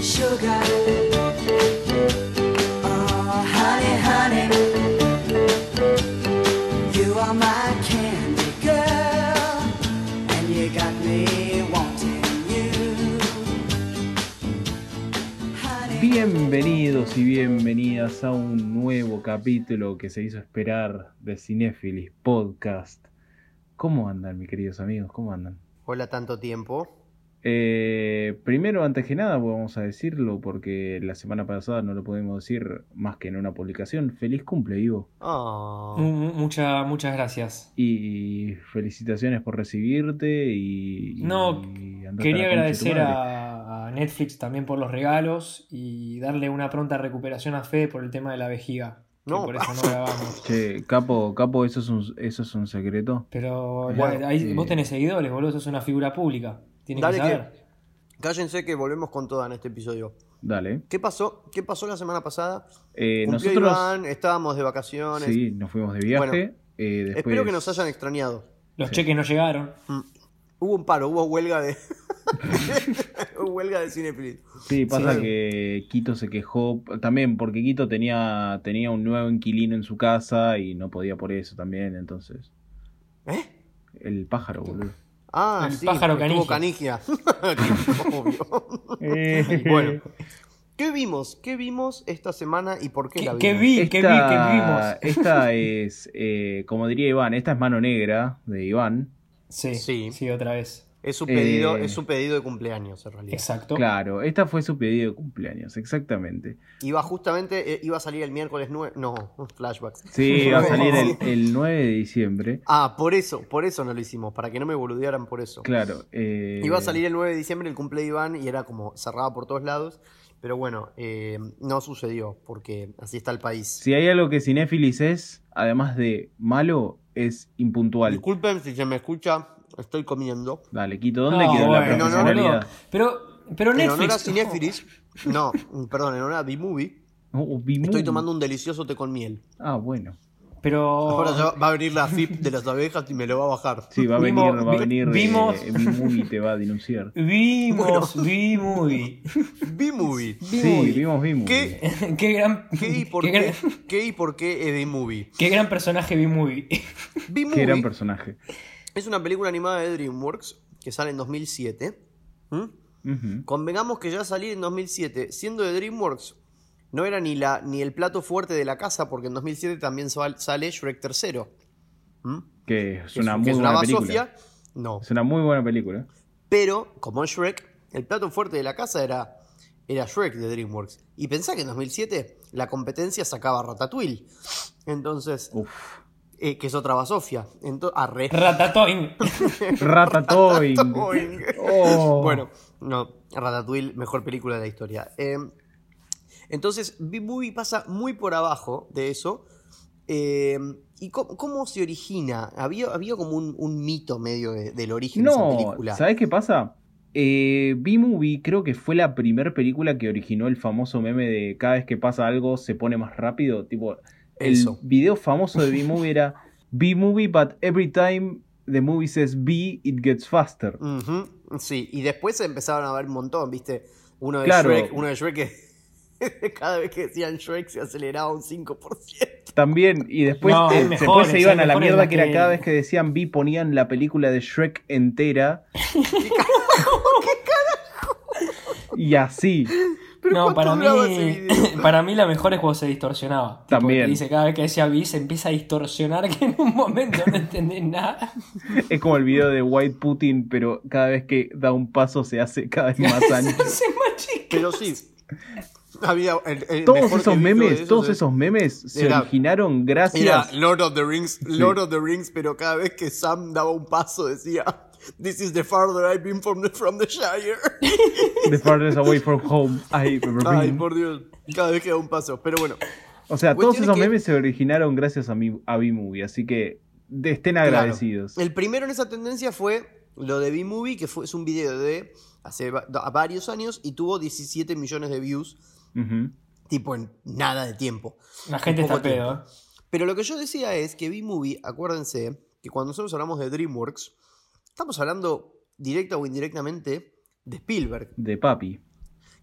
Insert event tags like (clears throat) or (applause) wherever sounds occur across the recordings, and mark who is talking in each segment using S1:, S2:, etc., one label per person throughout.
S1: sugar. Oh, honey, honey, you are my candy girl, and you got me wanting you. Honey.
S2: Bienvenidos y bienvenidas a un nuevo capítulo que se hizo esperar de Cinefilis Podcast. ¿Cómo andan, mis queridos amigos? ¿Cómo andan?
S3: Hola, tanto tiempo.
S2: Eh, primero, antes que nada, vamos a decirlo porque la semana pasada no lo pudimos decir más que en una publicación. Feliz cumple, Ivo.
S3: Oh,
S4: Mu- mu- mucha- muchas gracias.
S2: Y felicitaciones por recibirte y...
S4: No,
S2: y andate
S4: Quería
S2: a la concha de tu
S4: agradecer
S2: madre.
S4: a, a Netflix también por los regalos y darle una pronta recuperación a Fede por el tema de la vejiga. que
S3: No.
S4: por eso no grabamos.
S2: Che, capo, capo, ¿eso es un, eso es un secreto?
S4: Pero la-
S3: Bueno,
S4: ahí-
S2: sí.
S4: vos tenés seguidores, boludo, sos una figura pública. Tienes
S3: Dale
S4: que
S3: que-
S4: saber.
S3: cállense que volvemos con toda en este episodio.
S2: Dale.
S3: ¿Qué pasó? ¿Qué pasó la semana pasada?
S2: Eh,
S3: Cumplió
S2: nosotros...
S3: Iván, estábamos de vacaciones.
S2: Sí, nos fuimos de viaje.
S3: Bueno,
S2: eh, después-
S3: Espero que nos hayan extrañado.
S4: Los
S2: Sí.
S4: cheques no llegaron.
S3: Mm. Hubo un paro, hubo huelga de. (laughs) hubo huelga de cinefilis.
S2: Sí, pasa
S3: Sí.
S2: que Quito se quejó también porque Quito tenía, tenía un nuevo inquilino en su casa y no podía por eso también, entonces.
S3: ¿Eh?
S2: El pájaro,
S3: (laughs)
S2: boludo.
S3: Ah,
S4: El
S3: sí,
S4: pájaro
S3: estuvo Canigia. (laughs) Obvio.
S2: Eh,
S3: (laughs) Bueno. ¿Qué vimos? ¿Qué vimos esta semana y por qué,
S4: ¿Qué,
S3: la
S4: qué
S3: vimos?
S4: vi? ¿Qué vi? ¿Qué vimos?
S2: Esta- (laughs) Esta es, eh, como diría Iván, esta es mano negra de Iván.
S4: Sí,
S3: Sí.
S4: sí, otra vez.
S3: Es su pedido,
S2: Eh.
S3: es su pedido de cumpleaños en realidad.
S4: Exacto.
S2: Claro, esta fue su pedido de cumpleaños, exactamente.
S3: Iba justamente, eh, iba a salir el miércoles 9. No, flashbacks. (laughs)
S2: Sí, va a salir el, el 9 de diciembre.
S3: Ah, por eso, por eso no lo hicimos, para que no me boludearan por eso.
S2: Claro. eh,
S3: Iba a salir el 9 de diciembre el cumple de Iván y era como cerrada por todos lados. Pero bueno, eh, no sucedió, porque así está el país.
S2: Si hay algo que Cinéfilis es, además de malo, es impuntual.
S3: Disculpen si se me escucha, estoy comiendo.
S2: Dale, Quito, ¿dónde
S4: Ah,
S2: quedó la
S3: no,
S4: bueno,
S3: no, no.
S2: profesionalidad?
S4: Pero, pero
S3: En honor a
S4: Netflix.
S2: (laughs)
S4: (laughs)
S3: Cinefilis, no, perdón, en honor a B-Movie,
S2: Oh, Bimú.
S3: estoy tomando un delicioso té con miel.
S2: Ah, bueno.
S4: Pero.
S3: Ahora ya va a venir la FIP de las abejas y me lo va a bajar.
S2: Oh. Sí, va a venir,
S4: Vimos-
S2: va a
S4: vi-
S2: venir. eh,
S4: vimos-
S2: Bimú y te va a denunciar.
S4: (laughs) Vimos, vi movie.
S3: B-Movie.
S2: Sí, vimos, vimos.
S3: ¿Qué?
S4: (laughs) qué gran.
S3: ¿Qué y por
S4: gran-
S3: qué? ¿Qué y por qué es B-Movie?
S4: qué gran personaje B-Movie.
S2: Qué gran
S3: B-Movie
S2: personaje.
S3: es una película animada de DreamWorks que sale en 2007. ¿Mm?
S2: Ujú.
S3: Convengamos que ya salir en 2007, siendo de DreamWorks, no era ni, la, ni el plato fuerte de la casa, porque en 2007 también sal- sale Shrek III. ¿Mm?
S2: Que es
S3: Que
S2: una
S3: que
S2: muy buena película.
S3: basofia. No.
S2: Es una muy buena película.
S3: Pero, como es Shrek, el plato fuerte de la casa era, era Shrek de DreamWorks. Y pensá que en 2007 la competencia sacaba Ratatouille. Entonces,
S2: Uf.
S3: eh, que es otra basofia. Entonces, arre.
S4: (laughs) Ratatouille.
S3: (laughs)
S2: Ratatouille.
S3: Ratatouille.
S2: Oh.
S3: Bueno, no, Ratatouille, mejor película de la historia. Eh, entonces, B-Movie pasa muy por abajo de eso. Eh, ¿Y cómo, cómo se origina? Había, había como un, un mito medio de- del origen de esa
S2: No,
S3: película.
S2: ¿sabes qué pasa? Eh, B-Movie creo que fue la primer película que originó el famoso meme de cada vez que pasa algo se pone más rápido. Tipo, el
S3: Eso.
S2: video famoso
S3: (laughs)
S2: de B-Movie era B-Movie, but every time the movie says B, it gets faster.
S3: Ujú, sí, y después se empezaron a ver un montón, ¿viste? Uno de
S2: Claro.
S3: Shrek, uno de Shrek que (laughs) cada vez que decían Shrek se aceleraba un 5%.
S2: También, y después,
S4: No,
S2: eh,
S4: hay
S2: después
S4: mejores,
S2: se iban
S4: hay
S2: a la
S4: mejores
S2: mierda
S4: las
S2: que era
S4: que-
S2: cada vez que decían B, ponían la película de Shrek
S3: (laughs)
S2: entera. Y así.
S3: Pero
S4: No,
S3: ¿cuánto
S4: para mí,
S3: duraba ese video?
S4: (laughs) para mí la mejor es cuando se distorsionaba. Tipo,
S2: También.
S4: te dice cada vez que decía B se empieza a distorsionar que en un momento no entendés nada.
S2: (laughs) Es como el video de White Putin, pero cada vez que da un paso se hace cada vez
S3: (laughs)
S2: más
S4: (laughs)
S2: ancho.
S4: Se machica.
S3: Pero sí. Había el- el
S2: todos
S3: mejor
S2: esos
S3: que vi yo de
S2: memes, todos
S3: es-
S2: esos memes se
S3: Era-
S2: originaron
S3: Era
S2: gracias.
S3: Lord of the Rings, Lord of the Rings, pero cada vez que Sam daba un paso decía, This is the farther I've been from the, from the Shire.
S2: The farthest away from home.
S3: (laughs)
S2: I
S3: Ay,
S2: remember.
S3: por Dios, cada vez que da un paso. Pero bueno,
S2: o sea, todos
S3: Cuestión
S2: esos
S3: es que-
S2: memes se originaron gracias a mi a B-Movie, así que de- estén agradecidos.
S3: el primero en esa tendencia fue lo de B-Movie, que fue, es un video de hace va- da- varios años y tuvo 17 millones de views,
S2: Ujú.
S3: tipo en nada de tiempo.
S4: La gente
S3: Un poco
S4: está pedo. ¿eh?
S3: Pero lo que yo decía es que B-Movie, acuérdense que cuando nosotros hablamos de DreamWorks, estamos hablando directa o indirectamente de Spielberg.
S2: De papi.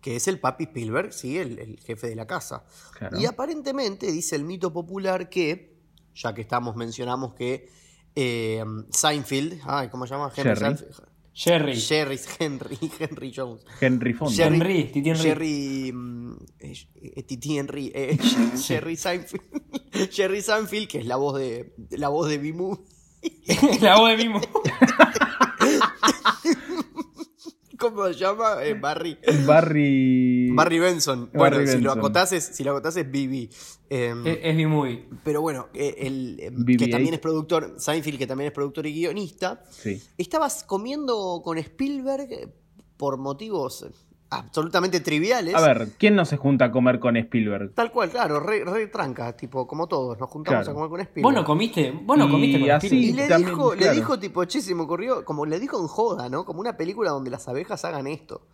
S3: que es el papi Spielberg, sí, el, el jefe de la casa.
S2: Claro.
S3: Y aparentemente dice el mito popular que, ya que estamos, mencionamos que eh, Seinfeld, ay, ¿cómo se llama?
S2: Jerry.
S3: Seinfeld.
S4: Jerry.
S3: Jerry, Henry, Henry Jones.
S2: Henry Fonda.
S3: Jerry-
S4: Henry, Titi Henry.
S3: Jerry. mm, eh, eh, Titi Henry. eh, (laughs) Jerry Seinfeld. (laughs) Jerry Seinfeld, que es la voz de. La voz de Bimu. (laughs)
S4: (laughs) la voz de Mimo.
S3: ¿Cómo se llama? Eh,
S2: (laughs)
S3: Barry.
S2: Barry.
S3: Barry Benson. Bueno,
S2: Barry
S3: si lo
S2: Benson.
S3: acotás es, si lo acotás es BB. Em,
S4: es, es mi movie.
S3: pero bueno, eh, el, eh, que
S2: BB-8.
S3: también es productor, Seinfeld, que también es productor y guionista,
S2: Sí.
S3: estabas comiendo con Spielberg eh, por motivos absolutamente triviales.
S2: A ver, ¿quién no se junta a comer con Spielberg?
S3: Tal cual, claro, re, re tranca, tipo, como todos, nos juntamos
S2: Claro.
S3: a comer con Spielberg.
S4: Vos no comiste, vos no
S2: Y
S4: comiste con
S2: así-
S3: Y
S4: Spielberg.
S3: le,
S2: también,
S3: dijo, le
S2: claro.
S3: dijo, tipo, che, se me ocurrió, como le dijo en joda, ¿no? Como una película donde las abejas hagan esto.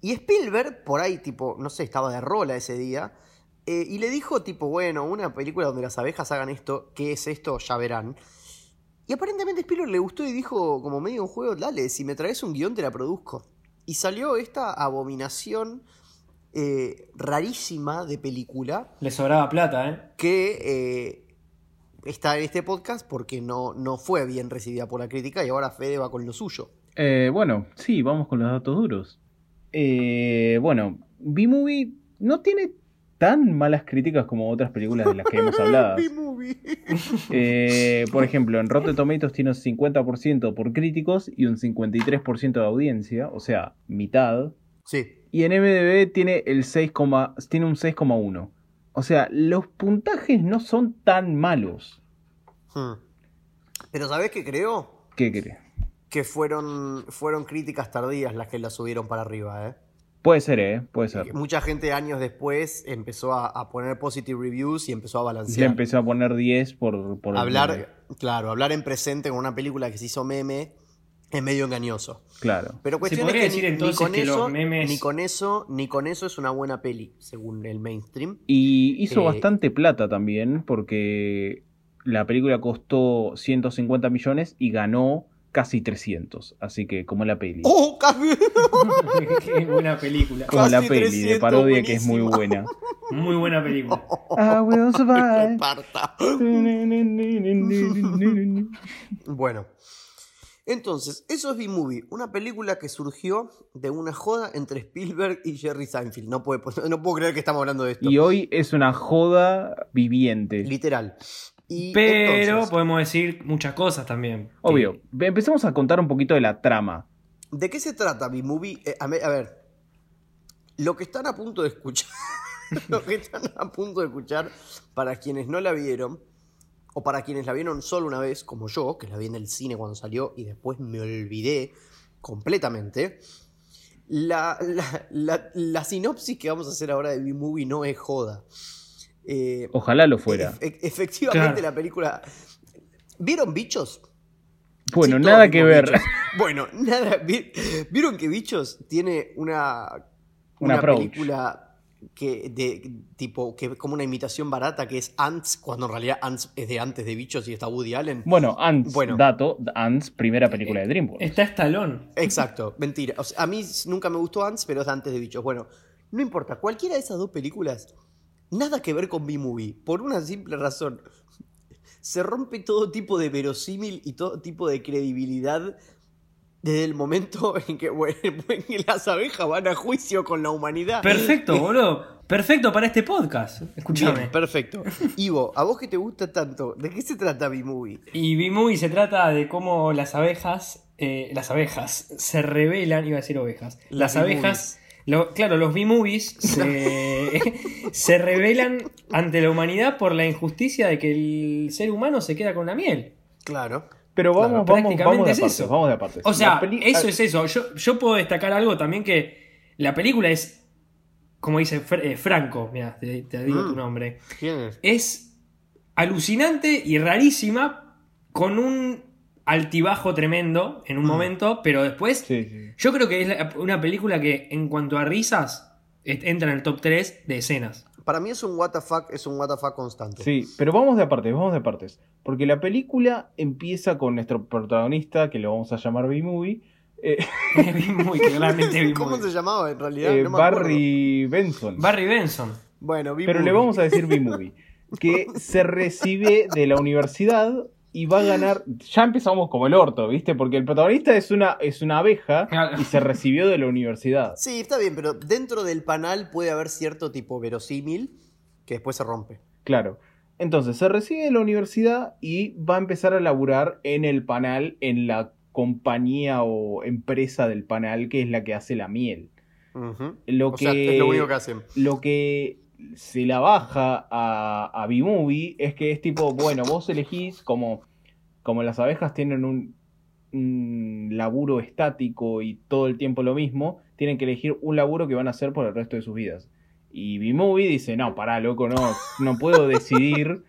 S3: Y Spielberg, por ahí, tipo, no sé, estaba de rola ese día. eh, y le dijo, tipo, bueno, una película donde las abejas hagan esto, ¿qué es esto? Ya verán. Y aparentemente Spielberg le gustó y dijo, como medio un juego, dale, si me traes un guión te la produzco. Y salió esta abominación eh, rarísima de película
S4: Le sobraba plata, ¿eh? (laughs)
S3: que eh, está en este podcast porque no, no fue bien recibida por la crítica y ahora Fede va con lo suyo.
S2: Eh, bueno, sí, vamos con los datos duros. Eh, bueno, B-Movie no tiene tan malas críticas como otras películas de las que hemos
S3: (laughs)
S2: hablado.
S3: B-Movie.
S2: Eh, por ejemplo, en Rotten Tomatoes tiene un 50% por críticos y un 53% de audiencia, o sea, mitad.
S3: Sí.
S2: Y en MDB tiene, el 6, coma- tiene un 6,1. O sea, los puntajes no son tan malos.
S3: Hmm. Pero ¿sabés qué creo?
S2: ¿Qué crees?
S3: Que fueron, fueron críticas tardías las que la subieron para arriba, ¿eh?
S2: Puede ser, ¿eh? Puede ser.
S3: Que Mucha gente años después empezó a, a poner positive reviews y empezó a
S2: Le
S3: balancear.
S2: empezó a poner 10 por... por
S3: hablar, claro, hablar en presente con una película que se hizo meme es medio engañoso.
S2: Claro.
S3: Pero cuestión es
S4: podría
S3: que
S4: decir
S3: ni, ni
S4: entonces
S3: con
S4: que los
S3: eso,
S4: memes-
S3: ni con eso, ni con eso es una buena peli, según el mainstream.
S2: (laughs) Y hizo
S3: Eh,
S2: bastante plata también, porque la película costó 150 millones y ganó casi 300. Así que, como la peli.
S3: ¡Oh, casi!
S4: Qué buena película.
S2: como la
S3: casi
S2: peli de
S3: 300,
S2: parodia que es muy buena.
S3: buenísima.
S4: Muy buena película.
S3: (laughs)
S2: I will (laughs) survive.
S3: Comparta. Bueno. Entonces, eso es B-Movie, una película que surgió de una joda entre Spielberg y Jerry Seinfeld. No puedo, (laughs) no puedo creer que estamos hablando de esto.
S2: Y hoy es una joda viviente.
S3: Literal. Y
S4: Pero
S3: entonces,
S4: podemos decir muchas cosas también.
S2: Obvio. Empecemos a contar un poquito de la trama.
S3: ¿de qué se trata B-Movie? Eh, a, me- a ver, lo que están a punto de escuchar, (laughs) lo que están a punto de escuchar, para quienes no la vieron, o para quienes la vieron solo una vez, como yo, que la vi en el cine cuando salió y después me olvidé completamente, la, la- la- la sinopsis que vamos a hacer ahora de B-Movie no es joda. Eh,
S2: Ojalá lo fuera.
S3: efe- efectivamente
S4: Claro.
S3: la película... ¿Vieron bichos?
S2: Bueno,
S3: Sí,
S2: nada
S3: todos
S2: que
S3: vimos
S2: ver. (laughs)
S3: Bichos. Bueno, nada. vi- ¿Vieron que Bichos tiene una,
S2: Un
S3: una
S2: approach.
S3: película que de tipo que es como una imitación barata que es Ants, cuando en realidad Ants es de antes de Bichos y está Woody Allen?
S2: Bueno, Ants,
S3: Bueno. Eh,
S2: dato, Ants, primera película de DreamWorks.
S4: Está Estalón.
S3: Exacto, mentira. O sea, a mí nunca me gustó Ants, pero es de antes de Bichos. Bueno, no importa, cualquiera de esas dos películas, nada que ver con B-Movie, por una simple razón. Se rompe todo tipo de verosímil y todo tipo de credibilidad desde el momento (laughs) en que, bueno, en que las abejas van a juicio con la humanidad.
S4: Perfecto, boludo. Perfecto para este podcast. Escúchame.
S3: Bien, perfecto. Ivo, a vos que te gusta tanto, ¿de qué se trata B-Movie?
S4: Y B-Movie se trata de cómo las abejas, eh, las abejas se revelan, iba a decir ovejas,
S3: Las
S4: las,
S3: B-movies.
S4: abejas, lo- claro, los B-Movies
S3: (laughs)
S4: se, (laughs) se revelan ante la humanidad por la injusticia de que el ser humano se queda con la miel.
S3: Claro.
S2: Pero vamos,
S4: Claro,
S2: vamos,
S4: prácticamente
S2: vamos de
S4: es
S2: aparte,
S4: eso.
S2: vamos de aparte.
S4: O sea,
S2: La peli-
S3: ah,
S2: ah,
S4: eso es eso. Yo, yo puedo destacar algo también que la película es, como dice Fr- eh, Franco, mira, te, te digo
S3: Mm.
S4: tu nombre,
S3: ¿Quién es?
S4: es alucinante y rarísima con un altibajo tremendo en un
S3: Mm.
S4: momento, pero después
S2: Sí, sí.
S4: yo creo que es la- una película que en cuanto a risas est- entra en el top 3 de escenas. (laughs)
S3: Para mí es un WTF, es un WTF constante.
S2: Sí, pero vamos de apartes, vamos de apartes. Porque la película empieza con nuestro protagonista, que lo vamos a llamar B-Movie, Eh,
S3: (laughs)
S4: Muy claramente Bill
S3: ¿Cómo
S4: Murray.
S3: se llamaba en realidad?
S2: eh,
S3: No me acuerdo.
S2: Barry Benson.
S4: Barry Benson.
S3: Bueno, Bill
S2: Pero le
S3: Murray.
S2: vamos a decir B-Movie. Que se recibe de la universidad y va a ganar. Ya empezamos como el orto, ¿viste? Porque el protagonista es una, es una abeja y se recibió de la universidad.
S3: Sí, está bien, pero dentro del panal puede haber cierto tipo verosímil que después se rompe.
S2: Claro. Entonces, se recibe de la universidad y va a empezar a laburar en el panal, en la compañía o empresa del panal, que es la que hace la miel.
S3: Ujú.
S2: Lo
S3: O
S2: que...
S3: sea, es lo único que hacen. (laughs)
S2: lo que se la baja a, a B-Movie es que es tipo, bueno, vos elegís como, como las abejas tienen un, un laburo estático y todo el tiempo lo mismo, tienen que elegir un laburo que van a hacer por el resto de sus vidas. Y B-Movie dice, no, pará, loco, no, no puedo
S3: (laughs)
S2: decidir.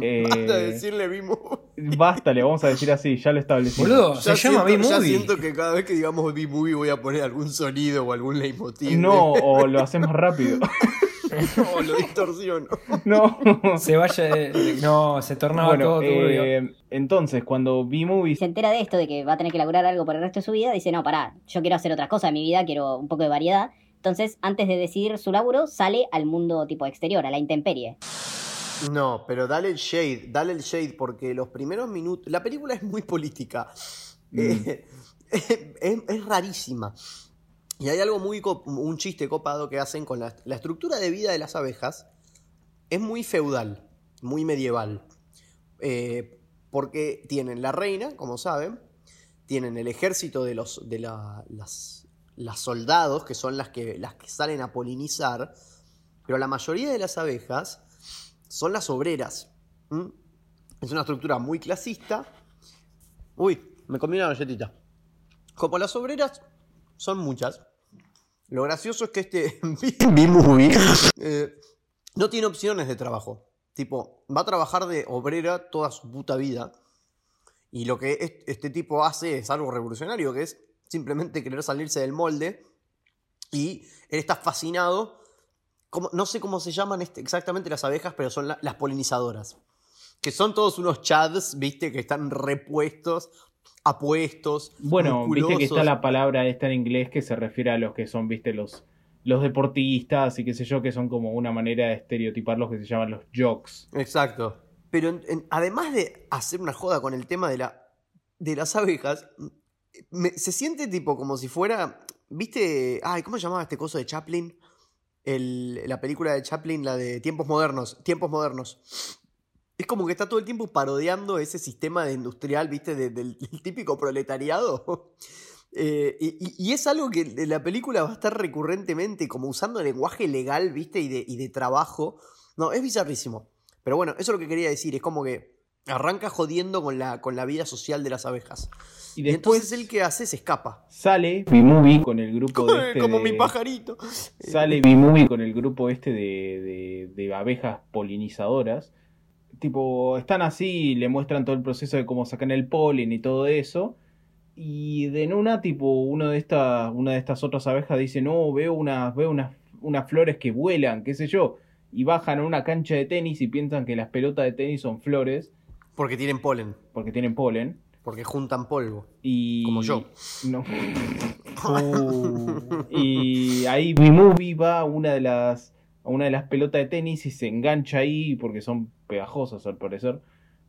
S2: eh,
S3: Basta de decirle Bill Murray.
S2: basta, le vamos a decir así, ya lo establecimos.
S4: Boludo, se llama
S3: siento, ya
S4: B-Movie.
S3: siento que cada vez que digamos B-Movie voy a poner algún sonido o algún leitmotiv.
S2: No, o lo hacemos rápido. (laughs)
S3: (laughs) O lo distorsiono.
S2: No.
S4: (laughs) Se vaya. eh, No, se tornaba todo
S2: Bueno,
S4: turbio.
S2: eh, entonces, cuando B-Movie
S5: Y se entera de esto, de que va a tener que laburar algo por el resto de su vida, dice, no, pará, yo quiero hacer otras cosas en mi vida, quiero un poco de variedad. Entonces, antes de decidir su laburo, sale al mundo tipo exterior, a la intemperie.
S3: No, pero dale el shade, dale el shade, porque los primeros minutos. La película es muy política. Eh, (laughs) es, es rarísima. Y hay algo muy. cop- Un chiste copado que hacen con la, la estructura de vida de las abejas. Es muy feudal, muy medieval. Eh, porque tienen la reina, como saben. Tienen el ejército de, los, de la- las, las soldados, que son las que, las que salen a polinizar. Pero la mayoría de las abejas son las obreras. ¿m? Es una estructura muy clasista. Uy, me comí una galletita. Como las obreras son muchas. Lo gracioso es que este (laughs) B-Movie eh, no tiene opciones de trabajo. Tipo, va a trabajar de obrera toda su puta vida. Y lo que est- este tipo hace es algo revolucionario, que es simplemente querer salirse del molde. Y él está fascinado como- no sé cómo se llaman este- exactamente las abejas, pero son la- las polinizadoras. Que son todos unos chads, viste, que están repuestos, apuestos.
S2: Bueno, viste que está
S3: musculosos.
S2: la palabra esta en inglés que se refiere a los que son, viste, los, los deportistas y qué sé yo, que son como una manera de estereotipar los que se llaman los jocks.
S3: Exacto. Pero en- en- además de hacer una joda con el tema de, la, de las abejas, me- se siente tipo como si fuera. ¿Viste? Ay, ¿cómo se llamaba este coso de Chaplin? El- la película de Chaplin, la de tiempos modernos. Tiempos modernos. Es como que está todo el tiempo parodiando ese sistema de industrial, ¿viste? De- del, del típico proletariado. (laughs) Eh, y, y- y es algo que en la película va a estar recurrentemente, como usando lenguaje legal, ¿viste? Y de, y de trabajo. No, es bizarrísimo. Pero bueno, eso es lo que quería decir. Es como que arranca jodiendo con la, con la vida social de las abejas.
S2: Y
S3: Y
S2: después
S3: entonces el que hace
S2: (laughs)
S3: se escapa.
S2: sale B-Movie con el grupo de este
S3: Como
S2: de-
S3: mi pajarito.
S2: Sale B-Movie con el grupo este de, de- de abejas polinizadoras. Tipo, están así, le muestran todo el proceso de cómo sacan el polen y todo eso. Y de en una, tipo, uno de estas, una de estas otras abejas dice, no, veo unas, veo unas, unas flores que vuelan, qué sé yo. Y bajan a una cancha de tenis y piensan que las pelotas de tenis son flores,
S3: Porque tienen polen.
S2: porque tienen polen.
S3: Porque juntan polvo.
S2: Y...
S3: Como yo. (laughs)
S2: No. Y ahí B-Movie va a una de las a una de las pelotas de tenis y se engancha ahí porque son pegajosas al parecer.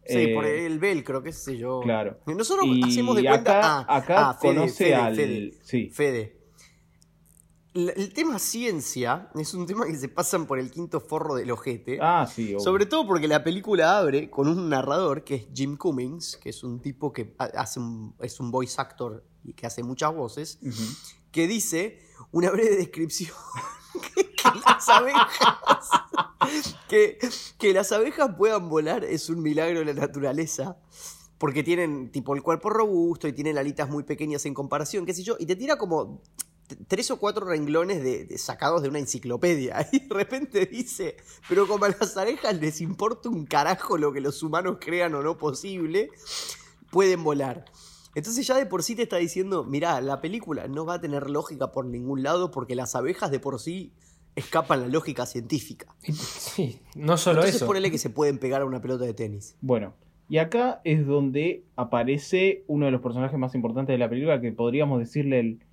S3: Sí,
S2: Eh,
S3: por el velcro, qué sé yo.
S2: Claro.
S3: Y Nosotros
S2: Y
S3: hacemos de
S2: acá,
S3: cuenta. ah,
S2: acá
S3: ah, Fede,
S2: conoce
S3: Fede,
S2: al.
S3: Fede,
S2: Sí.
S3: Fede. La- El, tema ciencia es un tema que se pasan por el quinto forro del ojete.
S2: Ah, sí. obvio.
S3: Sobre todo porque la película abre con un narrador que es Jim Cummings, que es un tipo que ha- hace un- es un voice actor y que hace muchas voces,
S2: Ujú.
S3: que dice una breve descripción (laughs) que, que las abejas que, que las abejas puedan volar es un milagro de la naturaleza porque tienen tipo el cuerpo robusto y tienen alitas muy pequeñas en comparación qué sé yo y te tira como t- tres o cuatro renglones de, de- sacados de una enciclopedia (laughs) y de repente dice pero como a las abejas les importa un carajo lo que los humanos crean o no posible pueden volar entonces ya de por sí te está diciendo, mirá, la película no va a tener lógica por ningún lado porque las abejas de por sí escapan la lógica científica.
S4: Sí, no solo
S3: Entonces
S4: eso.
S3: ponele que se pueden pegar a una pelota de tenis.
S2: Bueno. Y acá es donde aparece uno de los personajes más importantes de la película, que podríamos decirle el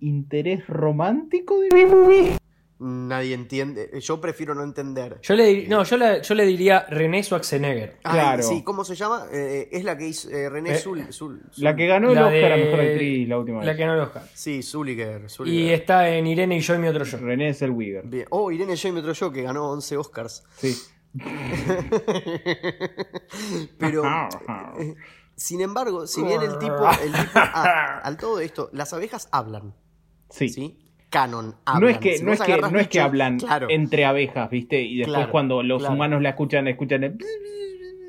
S2: interés romántico de B-Movie.
S3: Nadie entiende. Yo prefiero no entender.
S4: Yo le, dir- no, yo, la- yo le diría René Schwarzenegger.
S3: Ay,
S2: Claro.
S3: sí, ¿cómo se llama? Eh, es la que hizo eh, René
S4: Eh,
S3: Zul, Zul- Zul-
S2: La que ganó el
S4: La
S2: Oscar a
S4: de-
S2: Mejor Actriz la última
S4: La
S2: vez.
S4: que no lo Oscar.
S3: Sí, Zuliger.
S4: Y
S3: Zuliger.
S4: está en Irene y yo y mi otro yo.
S2: René Zellweger.
S3: Bien. Oh, Irene Jaime Troyo, que ganó 11 Oscars. (laughs)
S2: Sí.
S3: Pero, eh, sin embargo, si bien el tipo, el tipo- ah, al todo esto, las abejas hablan,
S2: Sí.
S3: ¿sí? Canon hablan.
S2: No es que,
S3: Si
S2: no
S3: vos
S2: es que,
S3: agarrás
S2: no es que
S3: bichos-
S2: hablan
S3: claro,
S2: entre abejas, ¿viste? Y después
S3: Claro,
S2: cuando los
S3: claro.
S2: humanos la escuchan, escuchan el...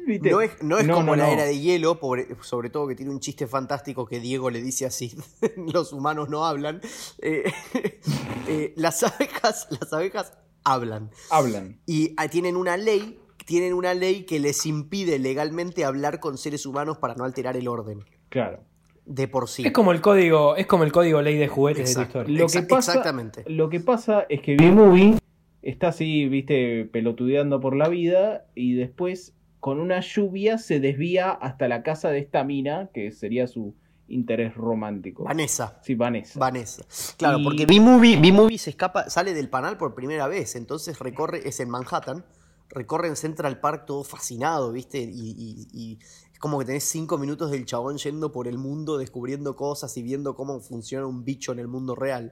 S2: ¿viste?
S3: no es, no es
S2: No,
S3: como
S2: no,
S3: la
S2: no.
S3: era de hielo, pobre- sobre todo que tiene un chiste fantástico que Diego le dice así, (laughs) los humanos no hablan. Eh, (laughs) eh, las abejas, las abejas hablan.
S2: Hablan.
S3: Y ah, tienen una ley, tienen una ley que les impide legalmente hablar con seres humanos para no alterar el orden.
S2: Claro.
S3: De por sí.
S4: Es como el código, es como el código ley de juguetes
S3: Exacto.
S4: de tu historia.
S2: Lo
S3: Exa-
S2: que pasa-
S3: Exactamente.
S2: Lo que pasa es que B-Movie está así, viste, pelotudeando por la vida y después con una lluvia se desvía hasta la casa de esta mina, que sería su interés romántico.
S3: Vanessa.
S2: Sí, Vanessa.
S3: Vanessa. Claro,
S2: Y-
S3: porque B-Movie, B-Movie se escapa, sale del panal por primera vez, entonces recorre, es en Manhattan, recorre en Central Park todo fascinado, ¿viste? Y, y- y es como que tenés cinco minutos del chabón yendo por el mundo, descubriendo cosas y viendo cómo funciona un bicho en el mundo real.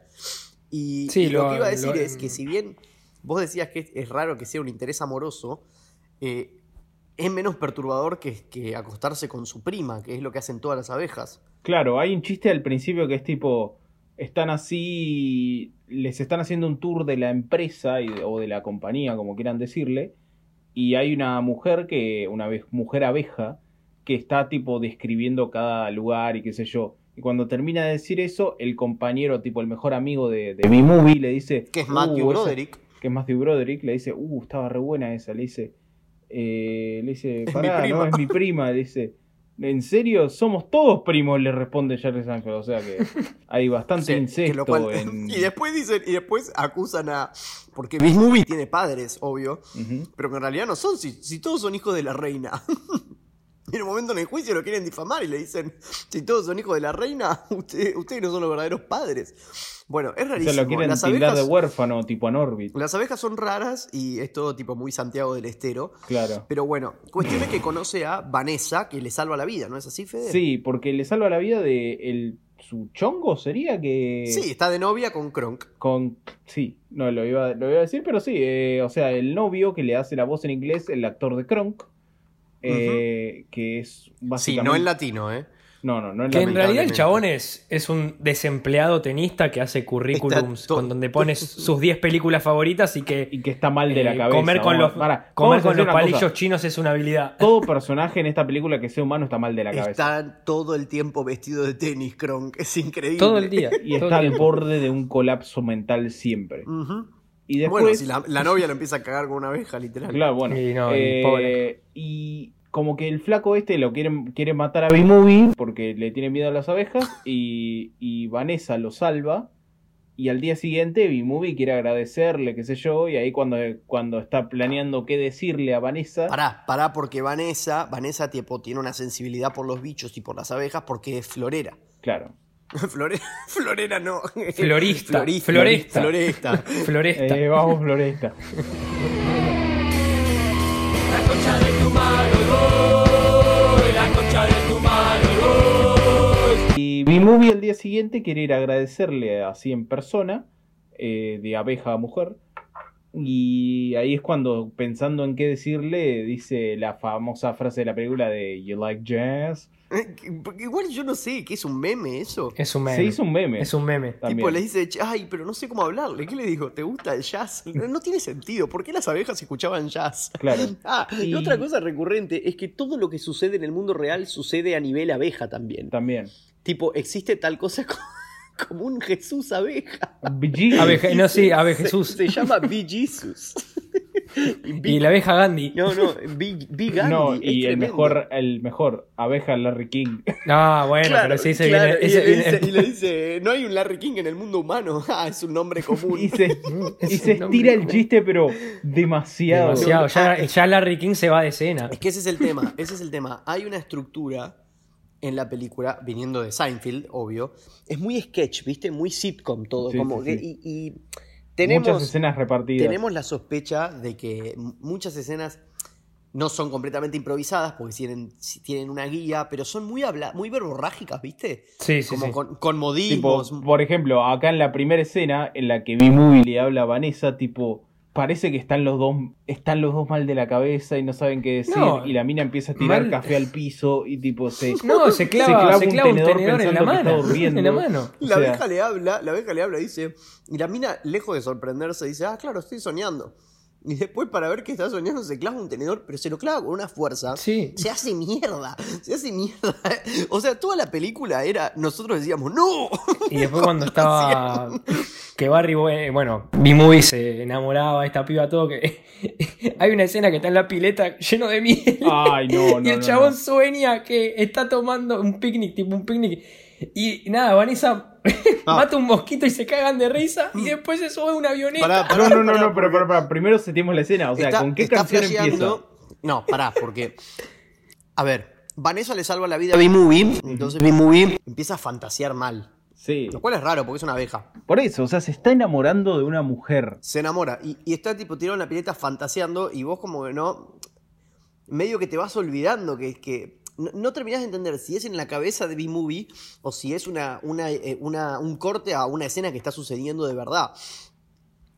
S3: Y,
S4: Sí,
S3: y lo,
S4: lo-
S3: que iba a decir
S4: lo-
S3: es que si bien vos decías que es, es raro que sea un interés amoroso, eh, es menos perturbador que, que acostarse con su prima, que es lo que hacen todas las abejas.
S2: Claro, hay un chiste al principio que es tipo, están así, les están haciendo un tour de la empresa y- o de la compañía, como quieran decirle, y hay una mujer que, una abe- mujer abeja, que está tipo describiendo cada lugar y qué sé yo. Y cuando termina de decir eso, el compañero, tipo el mejor amigo de, de mi movie, le dice,
S3: Que es Matthew
S2: "Uh, esa-
S3: Broderick.
S2: que es Matthew Broderick, le dice, uh, estaba re buena esa, le dice, eh, le dice,
S3: mi
S2: pará,
S3: prima".
S2: no, es mi prima, le dice, ¿en serio? Somos todos primos, le responde Charles Ángel, o sea que hay bastante
S3: Sí,
S2: incesto
S3: que lo cual-
S2: en...
S3: (laughs) Y después dicen, y después acusan a. Porque Miss Movie tiene padres, obvio.
S2: Ujú.
S3: Pero que en realidad no son, si, si todos son hijos de la reina. (laughs) Y en un momento en el juicio lo quieren difamar y le dicen: Si todos son hijos de la reina, (laughs) usted- ustedes no son los verdaderos padres. Bueno, es
S2: O sea,
S3: rarísimo.
S2: lo quieren
S3: las,
S2: tildar
S3: abejas,
S2: de huérfano, tipo en Orbit,
S3: las abejas son raras y es todo tipo muy Santiago del Estero.
S2: claro.
S3: Pero bueno, cuestión es que conoce a Vanessa, que le salva la vida, ¿no es así, Fede?
S2: Sí, porque le salva la vida de el, su chongo, sería que...
S3: Sí, está de novia con Kronk.
S2: Con... Sí, no lo iba, lo iba a decir, pero sí, eh, o sea, el novio que le hace la voz en inglés, el actor de Kronk, eh, que es
S3: Sí,
S2: básicamente...
S3: no en latino, ¿eh?
S2: No, no, no es
S4: Que en
S2: lamentable.
S4: realidad el
S3: lamentablemente.
S4: chabón es, es un desempleado tenista que hace currículums
S3: Está to-
S4: con donde pones sus 10 películas favoritas y que
S2: Y que está mal de la
S4: eh,
S2: cabeza.
S4: comer con
S2: vamos,
S4: los,
S2: pará, vamos
S4: comer
S2: a
S4: con
S2: hacer
S4: los
S2: una
S4: palillos
S2: cosa.
S4: chinos es una habilidad.
S2: Todo personaje en esta película que sea humano está mal de la cabeza.
S3: Está todo el tiempo vestido de tenis, Kronk. (laughs) Es increíble.
S4: Todo el día.
S2: (laughs) Y
S4: todo
S2: está
S4: el
S2: al
S4: día.
S2: borde de un colapso mental siempre.
S3: Ujú.
S2: Y después.
S3: Bueno, si la, la novia lo empieza a cagar con una abeja, literal.
S2: Claro, bueno.
S4: Y no, y
S2: Eh,
S4: pobre.
S2: y como que el flaco este lo quieren, quiere matar a B-Movie porque le tiene miedo a las abejas. Y, y Vanessa lo salva. Y al día siguiente B-Movie quiere agradecerle, qué sé yo. Y ahí cuando, cuando está planeando qué decirle a Vanessa.
S3: Pará, pará, porque Vanessa, Vanessa tipo, tiene una sensibilidad por los bichos y por las abejas porque es florera. (laughs)
S2: Claro.
S3: Flore- florera no.
S4: Florista,
S3: Florista.
S4: floresta.
S3: Floresta. (laughs)
S4: Floresta.
S2: Eh, vamos, Floresta. Y B-Movie al día siguiente quiere ir a agradecerle así en persona, eh, de abeja a mujer. Y ahí es cuando, pensando en qué decirle, dice la famosa frase de la película de You like jazz.
S3: Porque Igual yo no sé, ¿qué es un meme eso?
S4: Es un meme.
S2: Se hizo un meme.
S4: Es un meme.
S3: Tipo,
S2: también.
S3: le dice, "Che, ay, pero no sé cómo hablarle. ¿Qué le dijo? ¿Te gusta el jazz? No, no tiene sentido. ¿Por qué las abejas escuchaban jazz?
S2: Claro.
S3: Ah, y...
S2: Y-
S3: otra cosa recurrente es que todo lo que sucede en el mundo real sucede a nivel abeja también.
S2: También.
S3: Tipo, existe tal cosa (laughs) co- como, un Jesús abeja.
S2: Bee Gees.
S4: Abeja- no, Ah, sí, Abe
S3: Se-
S4: Jesús. (laughs)
S3: Se, llama Be Jesus.
S4: Y la abeja Gandhi.
S3: No, no, Big, Big Gandhi.
S2: no,
S3: es
S2: y el
S3: tremendo.
S2: mejor, el mejor, abeja Larry King.
S4: Ah, bueno,
S3: Claro,
S4: pero sí se
S3: claro,
S4: viene.
S3: y,
S4: ese
S3: le
S4: viene-
S3: dice, y le dice, no hay un Larry King en el mundo humano. (laughs) Ah, es un nombre común.
S2: Y se, y
S4: Es
S2: se
S4: un hombre
S2: estira el
S4: como-
S2: chiste, pero demasiado.
S4: Demasiado.
S3: Ah,
S4: Ya,
S3: es-
S4: ya Larry King se va de escena.
S3: Es que ese es el tema, ese es el tema. Hay una estructura en la película, viniendo de Seinfeld, obvio. Es muy sketch, ¿viste? Muy sitcom todo.
S2: Sí,
S3: como
S2: sí,
S3: que-
S2: sí.
S3: Y, y tenemos...
S2: Muchas escenas repartidas.
S3: Tenemos la sospecha de que m- muchas escenas no son completamente improvisadas porque tienen, si tienen una guía, pero son muy, habla muy verborrágicas, ¿viste?
S4: Sí, sí,
S3: Como
S4: sí.
S3: con,
S2: Tipo,
S3: con modismos.
S2: por ejemplo, acá en la primera escena en la que B-Movie le habla a Vanessa, tipo, parece que están los dos, están los dos mal de la cabeza y no saben qué decir.
S4: No.
S2: y la mina empieza a tirar
S4: Mal.
S2: café al piso y tipo se.
S4: (laughs) No, se clava,
S2: Se clava
S4: se
S2: un
S4: clava un tenedor,
S2: tenedor
S4: (laughs) en la
S2: pensando que
S4: mano.
S2: está durmiendo.
S4: En la mano.
S2: o
S3: La
S2: sea-
S3: abeja le habla, la abeja le habla, dice, y la mina, lejos de sorprenderse, dice, ah, claro, estoy soñando. Y después, para ver que está soñando, se clava un tenedor, pero se lo clava con una fuerza.
S4: Sí.
S3: Se hace mierda, se hace mierda. O sea, toda la película era, nosotros decíamos, no,
S4: Y después cuando estaba. Que Barry, Bo- bueno, B-Movie se enamoraba de esta piba, todo que. (laughs) Hay una escena que está en la pileta lleno de miel.
S2: Ay, no, no.
S4: (laughs) y el
S2: no,
S4: chabón
S2: no.
S4: sueña que está tomando un picnic, tipo un picnic. Y nada, (laughs) Vanessa
S3: No.
S4: mata un mosquito y se cagan de risa. Y después se sube a una avioneta.
S3: Pará,
S2: No,
S3: pará,
S2: no, no,
S3: pará,
S4: (laughs)
S2: no, pero,
S3: porque-
S2: pero, pero, primero setemos la escena. O sea,
S3: Está-
S2: ¿con qué
S3: está
S2: canción
S3: flasheando-
S2: empieza?
S3: No, pará, porque. A ver, Vanessa le salva la vida a B-Movie. Entonces B-Movie empieza a fantasear mal.
S2: Sí.
S3: Lo cual es raro porque es una abeja.
S2: Por eso, o sea, se está enamorando de una mujer.
S3: Se enamora. Y, y está tipo tirado en la pileta fantaseando. Y vos, como que no. Medio que te vas olvidando que. que no, no terminás de entender si es en la cabeza de B-Movie o si es una, una, eh, una- un corte a una escena que está sucediendo de verdad.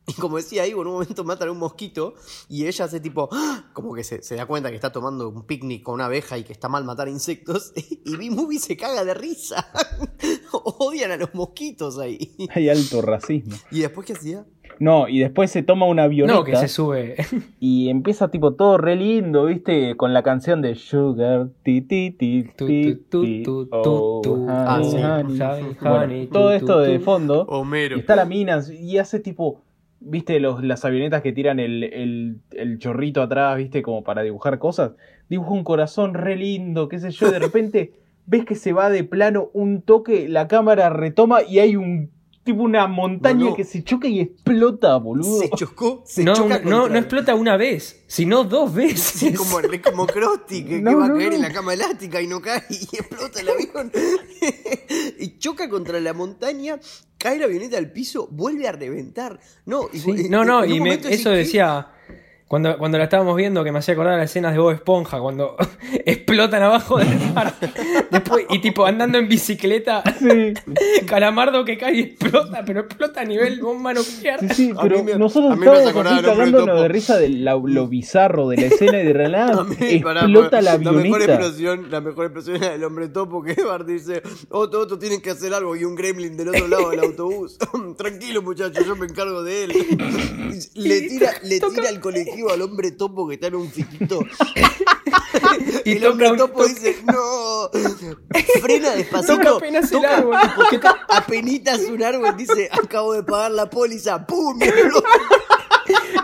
S3: Y como decía Ivo, en un momento matan a un mosquito y ella hace tipo, ¡Ah! como que se, se da cuenta que está tomando un picnic con una abeja y que está mal matar insectos. (laughs) Y B-Movie se caga de risa. (laughs) Odian a los mosquitos ahí.
S2: Hay alto racismo.
S3: ¿Y después qué hacía?
S2: No, y después se toma una avioneta
S4: no, que se sube. (laughs)
S2: y empieza tipo todo re lindo, ¿viste? Con la canción de Sugar, ti, ti, ti,
S4: Tu,
S2: ti,
S4: tu,
S2: ti,
S4: tu, tu,
S2: oh,
S4: tu.
S2: honey,
S3: Ah, sí.
S2: honey.
S4: Honey,
S2: Bueno,
S4: honey, tu,
S2: todo
S4: tu,
S2: esto de
S4: tu.
S2: fondo.
S3: Homero.
S2: Y está la mina y hace tipo, viste, los, las avionetas que tiran el, el- el chorrito atrás, viste, como para dibujar cosas. Dibuja un corazón re lindo, qué sé yo, de
S3: (laughs)
S2: repente ves que se va de plano un toque, la cámara retoma y hay un tipo una montaña
S3: Boludo.
S2: que se choca y explota, boludo.
S3: Se chocó, se
S4: no,
S3: choca
S4: no, no,
S3: contra-
S4: explota una vez, sino dos veces.
S3: Sí, como, es como Krusty, que, que
S2: No,
S3: va a
S2: no,
S3: caer
S2: no.
S3: en la cama elástica y no cae (laughs) y explota el avión. y choca contra la montaña, cae la avioneta al piso, vuelve a reventar. No, y-
S4: (laughs) Sí,
S3: en-
S4: No, no,
S3: en un
S4: y me-
S3: momento decís,
S4: eso
S3: ¿qué?
S4: decía. Cuando, cuando la estábamos viendo, que me hacía acordar las escenas de Bob Esponja, cuando (laughs) explotan abajo del mar. Después, y tipo andando en bicicleta,
S2: (laughs) Sí,
S4: (laughs) calamardo que cae y explota, pero explota a nivel bomba nuclear.
S2: sí, sí,
S3: A mí
S2: pero
S3: me- a
S2: nosotros
S3: mí me hace
S2: estábamos
S3: acordar
S2: aquí
S3: al hombre del
S2: cagándonos
S3: topo.
S2: de risa de la- lo bizarro de la escena y
S3: (laughs)
S2: de
S3: A
S2: realidad
S3: mí,
S4: (laughs)
S3: pará,
S2: explota
S3: pará,
S2: la
S3: mejor
S2: avioneta.
S3: explosión, la mejor explosión es la del hombre topo que Bart dice, otro, otro tienen que hacer algo y un gremlin del otro lado del autobús. (laughs) Tranquilo muchachos, yo me encargo de él.
S4: (laughs)
S3: Le tira, le tira el colectivo al hombre topo que está en un fiquito.
S4: (laughs) Y
S3: el hombre
S4: toca un-
S3: topo
S4: toca-
S3: dice,
S4: (laughs)
S3: no, frena despacito.
S4: (laughs) Toca apenas el
S3: toca-
S4: árbol.
S3: toca Apenitas un árbol, dice, acabo de pagar la póliza, ¡pum! (laughs) explota.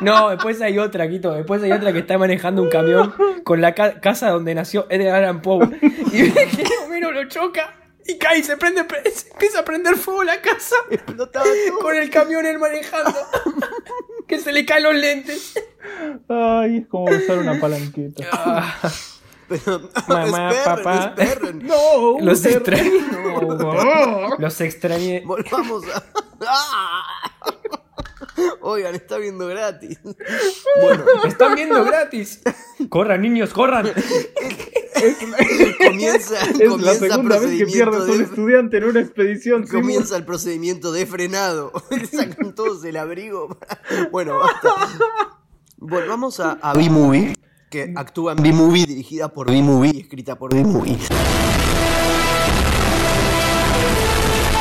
S4: No, después hay otra, Quito. Después hay otra que está manejando un camión con la ca- casa donde nació Edgar Allan Poe. Y ve que Homero lo choca y cae y se, prende, pre- se empieza a prender fuego la casa
S3: Explotaba todo.
S4: con el camión él manejando. (laughs) Que se le caen los lentes.
S2: Ay, es como usar una palanqueta.
S4: Ah,
S3: Pero, (laughs)
S4: Mamá,
S3: esperen,
S4: papá.
S3: (laughs) esperen.
S2: No,
S4: Los
S2: Fer-
S3: (laughs)
S4: extrañé. Los extrañé.
S3: Volvamos a. ¡Ah! (laughs) Oigan, está viendo gratis. Bueno,
S4: Están viendo gratis. Corran, niños, corran.
S3: comienza,
S2: (laughs) Es la
S3: comienza,
S2: segunda vez que este
S3: procedimiento
S2: pierdes un
S3: de,
S2: estudiante en una expedición. Simón.
S3: comienza el procedimiento de frenado. (laughs) Sacan todos el abrigo. Bueno, basta. Volvamos a, a B-Movie, que actúa en B-Movie, dirigida por B-Movie y escrita por B-Movie.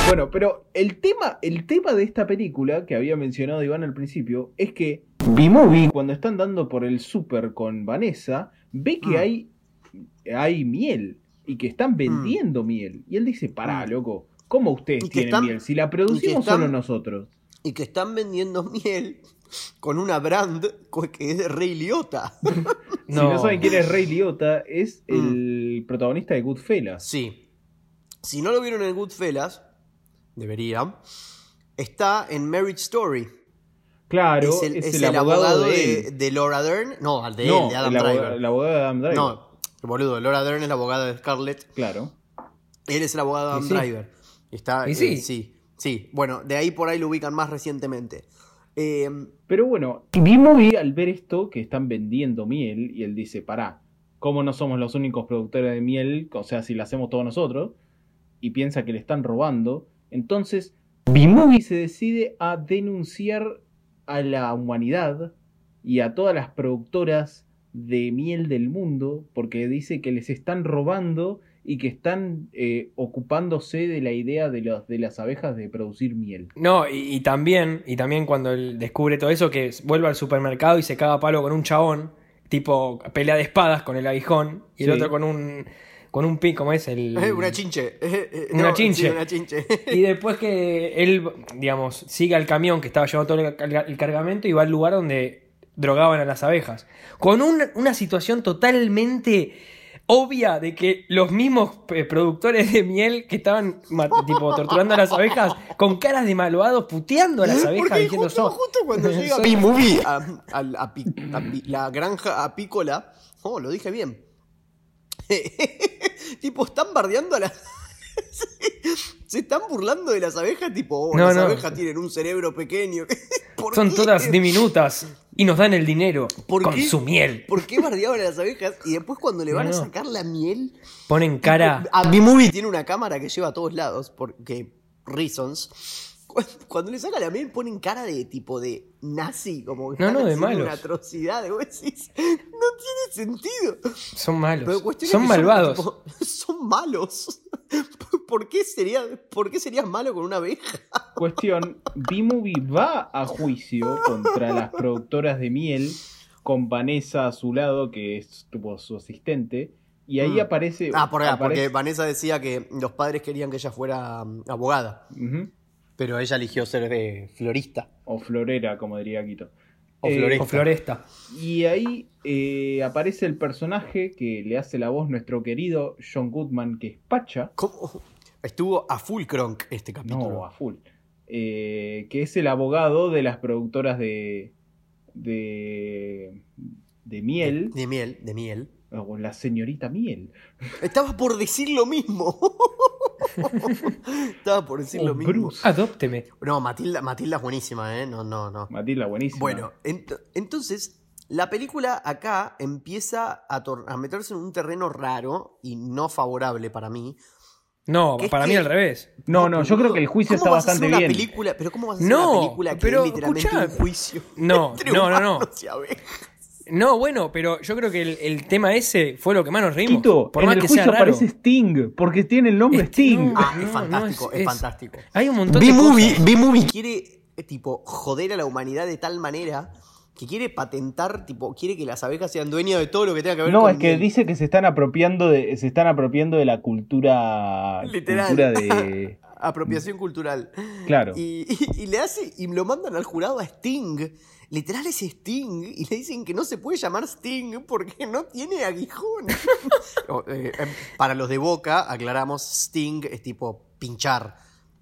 S2: Bueno, pero el tema, el tema de esta película que había mencionado Iván al principio es que B-Movie, cuando están dando por el súper con Vanessa, ve que
S3: Mm.
S2: hay, hay miel y que están vendiendo miel. Y él dice, pará,
S3: Mm.
S2: loco, ¿cómo ustedes
S3: Y que
S2: tienen
S3: están-
S2: miel? Si
S3: y
S2: la
S3: que
S2: producimos
S3: están-
S2: solo nosotros.
S3: y que están vendiendo miel con una brand co- que es de Rey Liotta.
S2: Si no saben quién es Rey Liotta, es
S3: Mm.
S2: el protagonista de Goodfellas.
S3: Sí. Si no lo vieron en Goodfellas, deberían. Está en Marriage Story.
S2: Claro,
S3: es el, es el abogado, de, de Laura Dern. No, al de él,
S2: no,
S3: de Adam
S2: el abogado-
S3: Driver.
S2: el abogado de Adam Driver.
S3: No, boludo, Laura Dern es la abogada de Scarlett.
S2: Claro.
S3: Él es el abogado de Adam
S4: Y sí.
S3: Driver. Y Está,
S4: Y
S3: eh,
S4: sí.
S3: sí. Sí, bueno, de ahí por ahí lo ubican más recientemente. Eh,
S2: Pero bueno, B-Movie al ver esto que están vendiendo miel y él dice, pará, ¿cómo no somos los únicos productores de miel? O sea, si la hacemos todos nosotros y piensa que le están robando, entonces B-Movie se decide a denunciar a la humanidad y a todas las productoras de miel del mundo porque dice que les están robando y que están eh, ocupándose de la idea de, los- de las abejas de producir miel.
S4: No, y, y también, y también cuando él descubre todo eso, que vuelve al supermercado y se caga a palo con un chabón, tipo pelea de espadas con el aguijón, y el
S2: Sí.
S4: otro con un con un pin, como es
S3: (laughs)
S4: el.
S3: (laughs) una chinche. Eh, eh,
S4: Una
S3: no, sí,
S4: chinche.
S3: una chinche.
S4: Y después que él, digamos, sigue al camión que estaba llevando todo el, carga- el cargamento y va al lugar donde drogaban a las abejas. Con un- una situación totalmente obvia de que los mismos eh, productores de miel que estaban ma- tipo torturando a las abejas con caras de malvados puteando a las abejas
S3: ¿Eh? Porque
S4: diciendo
S3: justo,
S4: "Sos-
S3: justo cuando
S4: (laughs)
S3: llega
S4: sos-
S3: B-Movie a, al- a Pi- a Pi- la granja apícola, oh, lo dije bien. (laughs) tipo, están bardeando a las. (laughs) Se están burlando de las abejas, tipo, oh,
S4: No,
S3: las
S4: no.
S3: abejas tienen un cerebro pequeño. (laughs) ¿Por
S4: son
S3: qué? (laughs)
S4: todas diminutas y nos dan el dinero
S3: ¿Por
S4: con
S3: qué?
S4: su miel.
S3: ¿Por qué bardeaban a las abejas? Y después cuando le van
S4: No,
S3: a
S4: no.
S3: sacar la miel.
S4: Ponen cara.
S3: A B-Movie ah, tiene una cámara que lleva a todos lados, porque reasons. Cu- Cuando le saca la miel ponen cara de tipo de nazi, como que
S4: No,
S3: están
S4: no, de
S3: haciendo
S4: malos.
S3: una atrocidad. y vos decís, no tiene sentido.
S4: Son
S3: Pero
S4: malos.
S3: cuestión es
S4: Son
S3: que
S4: malvados.
S3: tipo, (laughs) son malos. (laughs) ¿Por qué, sería, ¿Por qué serías malo con una abeja?
S2: Cuestión, B-Movie va a juicio contra las productoras de miel con Vanessa a su lado, que es tipo su asistente, y ahí
S3: Mm.
S2: aparece...
S3: Ah, por- porque
S2: aparece-
S3: Vanessa decía que los padres querían que ella fuera mm, abogada,
S2: Ujú.
S3: pero ella eligió ser de florista.
S2: O florera, como diría Quito.
S3: O
S2: Eh,
S3: florero.
S4: Con floresta.
S2: y ahí eh, aparece el personaje que le hace la voz nuestro querido John Goodman, que es Pacha,
S3: ¿Cómo? Estuvo a full cronk este capítulo.
S2: no, a full, eh, que es el abogado de las productoras de... de... de miel,
S3: De miel, de miel.
S2: o la señorita miel.
S3: Estaba por decir lo mismo. (laughs) Estaba por decir
S2: O
S3: lo mismo.
S2: Oh, Bruce.
S4: Adópteme.
S3: No, Matilda, Matilda es buenísima, ¿eh? No, no, no.
S2: Matilda, buenísima.
S3: Bueno, ent- entonces, la película acá empieza a, tor- a meterse en un terreno raro y no favorable para mí.
S4: No,
S3: ¿Qué es
S4: para mí
S3: que-
S4: al revés.
S2: No, no, yo creo que el juicio
S3: ¿Cómo
S2: está
S3: vas a hacer
S2: bastante
S3: una
S2: bien.
S3: Película, pero ¿cómo vas a hacer
S4: No,
S3: una película que
S4: pero
S3: es literalmente
S4: escuchá.
S3: un juicio?
S4: No,
S3: (laughs) entre
S4: no, no, no.
S3: humanos y abejas?
S4: No, bueno, pero yo creo que el, el tema ese fue lo que más nos reímos.
S2: Quito,
S4: Por
S2: en
S4: más
S2: el
S4: que
S2: juicio
S4: sea raro.
S2: aparece Sting, porque tiene el nombre
S4: Este-
S2: Sting.
S4: no,
S3: Ah, es
S4: no,
S3: fantástico,
S4: no,
S3: es fantástico.
S4: Hay un montón de
S3: B-Movie
S4: cosas.
S3: B-Movie quiere, eh, tipo, joder a la humanidad de tal manera que quiere patentar, tipo, quiere que las abejas sean dueñas de todo lo que tenga que ver
S2: No,
S3: con
S2: es que
S3: miel.
S2: dice que se están apropiando de, se están apropiando de la cultura,
S3: Literal.
S2: cultura
S3: (laughs)
S2: de,
S3: Apropiación cultural.
S2: claro.
S3: Y, (laughs) y- y le hace, y lo mandan al jurado a Sting. Literal es Sting. Y le dicen que no se puede llamar Sting porque no tiene aguijón. (laughs) O, eh, em, para los de boca, aclaramos, Sting es tipo pinchar.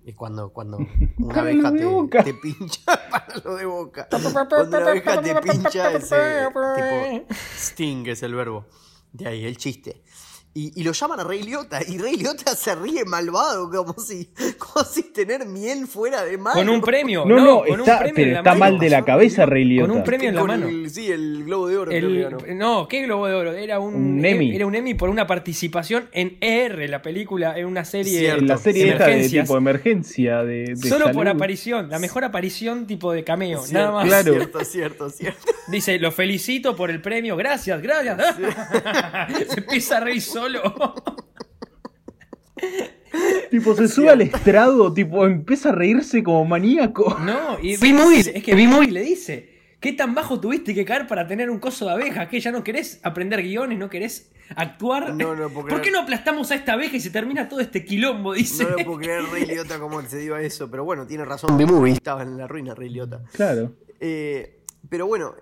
S3: Es
S2: (laughs)
S3: cuando, cuando una
S2: Para
S3: abeja
S2: los de
S3: te,
S2: Boca.
S3: te pincha (laughs) para lo
S2: (laughs)
S3: de boca. Cuando una abeja te pincha es, eh, tipo, Sting es el verbo. De ahí el chiste. Y, y lo llaman a Rey Liotta. Y Rey Liotta se ríe malvado, como si, (laughs) como si tener miel fuera de mano.
S4: Con un premio.
S2: no, no,
S4: con un
S2: está,
S4: premio
S2: pero
S4: en la
S2: está
S4: mano.
S2: mal de la cabeza, Rey
S4: Con un
S2: Liotta.
S4: premio en la
S3: Con
S4: mano.
S3: el- sí, el globo de oro. creo que ganó.
S4: El- no, ¿qué Globo de Oro? Era un, E,
S2: Un Emmy.
S4: Era un Emmy por una participación en ER, la película, en una serie.
S3: Cierto.
S2: En la serie esta de
S4: Emergencias.
S2: tipo emergencia, de, de
S4: Solo por
S2: salud.
S4: aparición, la mejor aparición tipo de cameo,
S3: Cier-
S4: nada más.
S2: claro.
S3: Cierto, cierto,
S4: (laughs)
S3: cierto.
S4: Dice, lo felicito por el premio, gracias, gracias. (laughs) Se empieza a reír solo.
S2: Tipo, se sube al estrado, tipo, empieza a reírse como maníaco. (laughs)
S4: No, y
S3: Vi muy-
S4: es que Bimuy le dice, ¿qué tan bajo tuviste que caer para tener un coso de abejas? Que ya no querés aprender guiones, no querés actuar.
S3: No, no, porque-
S4: ¿Por qué no aplastamos a esta abeja y se termina todo este quilombo? Dice.
S3: No lo puedo creer, Rey Liotta, cómo se dio a eso. Pero bueno, tiene razón. B-Movie estaba en la ruina, Rey Liotta.
S2: Claro.
S3: Eh, pero bueno,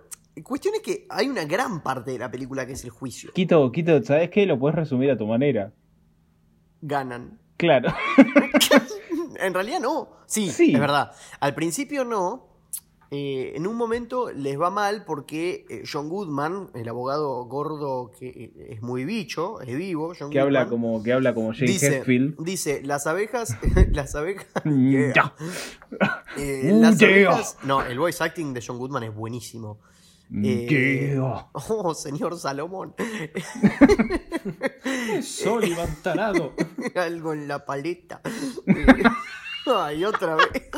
S3: cuestión es que hay una gran parte de la película que es el juicio.
S2: Quito, Quito, ¿sabes qué? Lo puedes resumir a tu manera.
S3: Ganan.
S2: Claro.
S3: En realidad no. Sí,
S2: Sí.
S3: es verdad. Al principio no. Eh, en un momento les va mal porque eh, John Goodman, el abogado gordo que eh, es muy bicho, es vivo, John
S2: Que
S3: Goodman,
S2: habla como, que habla como Jane
S3: dice,
S2: Hetfield.
S3: dice, las abejas, (laughs) las abejas,
S2: (laughs) Mm,
S3: Yeah.
S2: ya.
S3: eh,
S2: Uh,
S3: las
S2: yeah.
S3: abejas- no, el voice acting de John Goodman es buenísimo.
S2: Mm,
S3: Eh,
S2: yeah.
S3: Oh, señor Salomón, (laughs)
S4: Sol Tarado.
S3: algo en la paleta. Eh, (laughs) Ay, otra vez.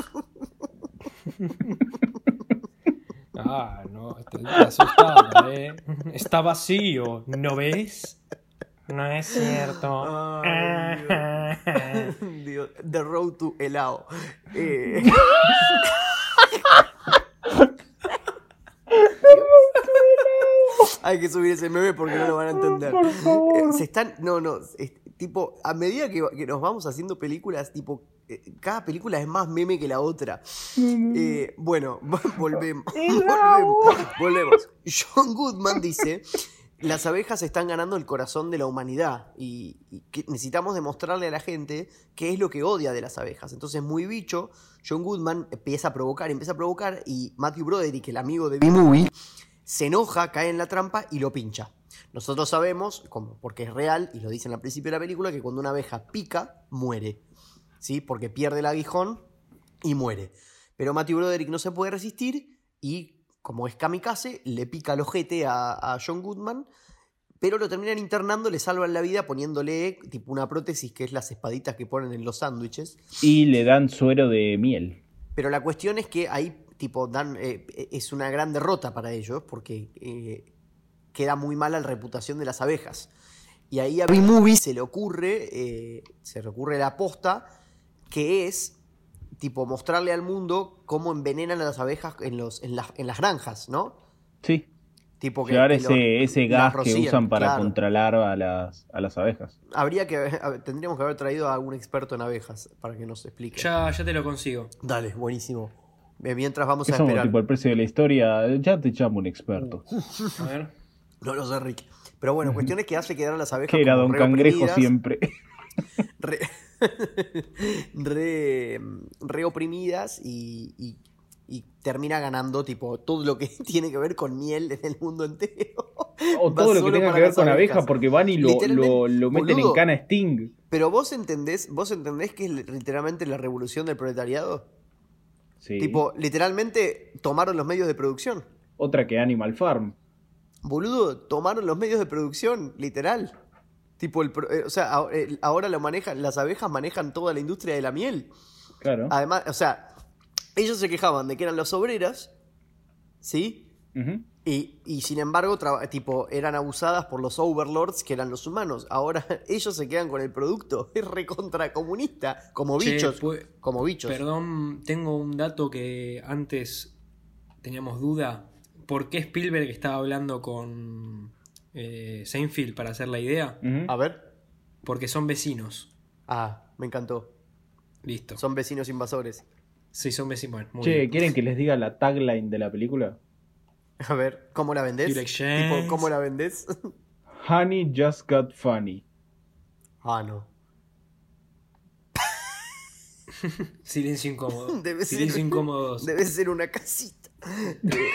S4: Ah, no, te asustado, ¿eh? Está vacío, ¿no ves? No es cierto.
S3: Ay, (laughs)
S4: (laughs)
S3: Dios, The Road to Helado. Eh, Hay que subir ese meme porque no lo van a entender. Eh, Se están. No, no. es- tipo, a medida que, que nos vamos haciendo películas, tipo, eh, cada película es más meme que la otra. Eh, bueno, (laughs) volvemos. volvemos. Volvemos. John Goodman dice. Las abejas están ganando el corazón de la humanidad y, y que necesitamos demostrarle a la gente qué es lo que odia de las abejas. Entonces, muy bicho, John Goodman empieza a provocar, empieza a provocar y Matthew Broderick, el amigo de B-Movie, se enoja, cae en la trampa y lo pincha. Nosotros sabemos, como, porque es real y lo dicen al principio de la película, que cuando una abeja pica, muere. ¿Sí? Porque pierde el aguijón y muere. Pero Matthew Broderick no se puede resistir y, como es kamikaze, le pica el ojete a, a John Goodman. Pero lo terminan internando, le salvan la vida poniéndole tipo una prótesis que es las espaditas que ponen en los sándwiches.
S2: (laughs) Y le dan suero de miel.
S3: Pero la cuestión es que ahí, tipo, dan, eh, es una gran derrota para ellos porque eh, queda muy mala la reputación de las abejas. Y ahí a B-Movie se le ocurre, eh, se recurre la aposta, que es, tipo, mostrarle al mundo cómo envenenan a las abejas en, los, en, las, en las granjas, ¿no?
S2: Sí.
S3: Tipo que,
S2: Llevar
S3: que
S2: ese,
S3: lo-
S2: ese
S3: las
S2: gas que
S3: rocían,
S2: usan para
S3: claro.
S2: controlar a las, a las abejas.
S3: Habría que, haber- tendríamos que haber traído a algún experto en abejas para que nos explique.
S4: Ya, ya te lo consigo.
S3: Dale, buenísimo. Eh, Mientras vamos
S2: Que
S3: a
S2: somos
S3: esperar.
S2: tipo el precio de la historia. Ya te llamo un experto.
S4: A ver.
S3: No lo sé, Rick. Pero bueno, cuestiones que hace quedar a las abejas.
S2: Que era
S3: como
S2: Don
S3: re
S2: Cangrejo
S3: oprimidas, (laughs)
S2: siempre. (laughs)
S3: Re, (laughs) re- re oprimidas y, y- y termina ganando tipo todo lo que (laughs) tiene que ver con miel en el mundo entero.
S2: O
S3: Va
S2: todo lo que
S3: solo
S2: tenga
S3: para
S2: que ver
S3: las
S2: con
S3: abejas.
S2: abejas, porque van y lo,
S3: Literalmente,
S2: lo- lo meten
S3: boludo.
S2: en cana Sting.
S3: Pero vos entendés, vos entendés que es literalmente la revolución del proletariado.
S2: Sí.
S3: Tipo, literalmente tomaron los medios de producción.
S2: Otra que Animal Farm.
S3: Boludo, tomaron los medios de producción, literal. Tipo, el, pro- eh, o sea, a- el- ahora lo manejan, las abejas manejan toda la industria de la miel.
S2: Claro.
S3: Además, o sea, ellos se quejaban de que eran las obreras, ¿sí?
S2: Ujú.
S3: Y, y sin embargo, traba- tipo, eran abusadas por los overlords que eran los humanos. Ahora (laughs) ellos se quedan con el producto. (laughs) Es recontra comunista. Como
S4: Che,
S3: bichos.
S4: pu-
S3: como bichos.
S4: pues, Perdón, tengo un dato que antes teníamos duda. ¿Por qué Spielberg estaba hablando con eh, Seinfeld para hacer la idea?
S2: Ujú.
S3: A ver.
S4: Porque son vecinos.
S3: Ah, me encantó.
S4: Listo.
S3: Son vecinos invasores. (laughs)
S4: Sí, son vecinos. Bueno, muy
S2: Che,
S4: bien.
S2: ¿quieren que les diga la tagline de la película?
S3: A ver, ¿cómo la vendés?
S4: Direct Chance.
S3: Tipo, ¿cómo la vendés? (laughs)
S2: Honey just got funny.
S3: ah, no.
S4: Silencio
S3: (laughs)
S4: incómodo.
S3: Debe ser-
S4: Silencio incómodo. dos.
S3: Debe ser una
S4: (laughs)
S3: casita. Debe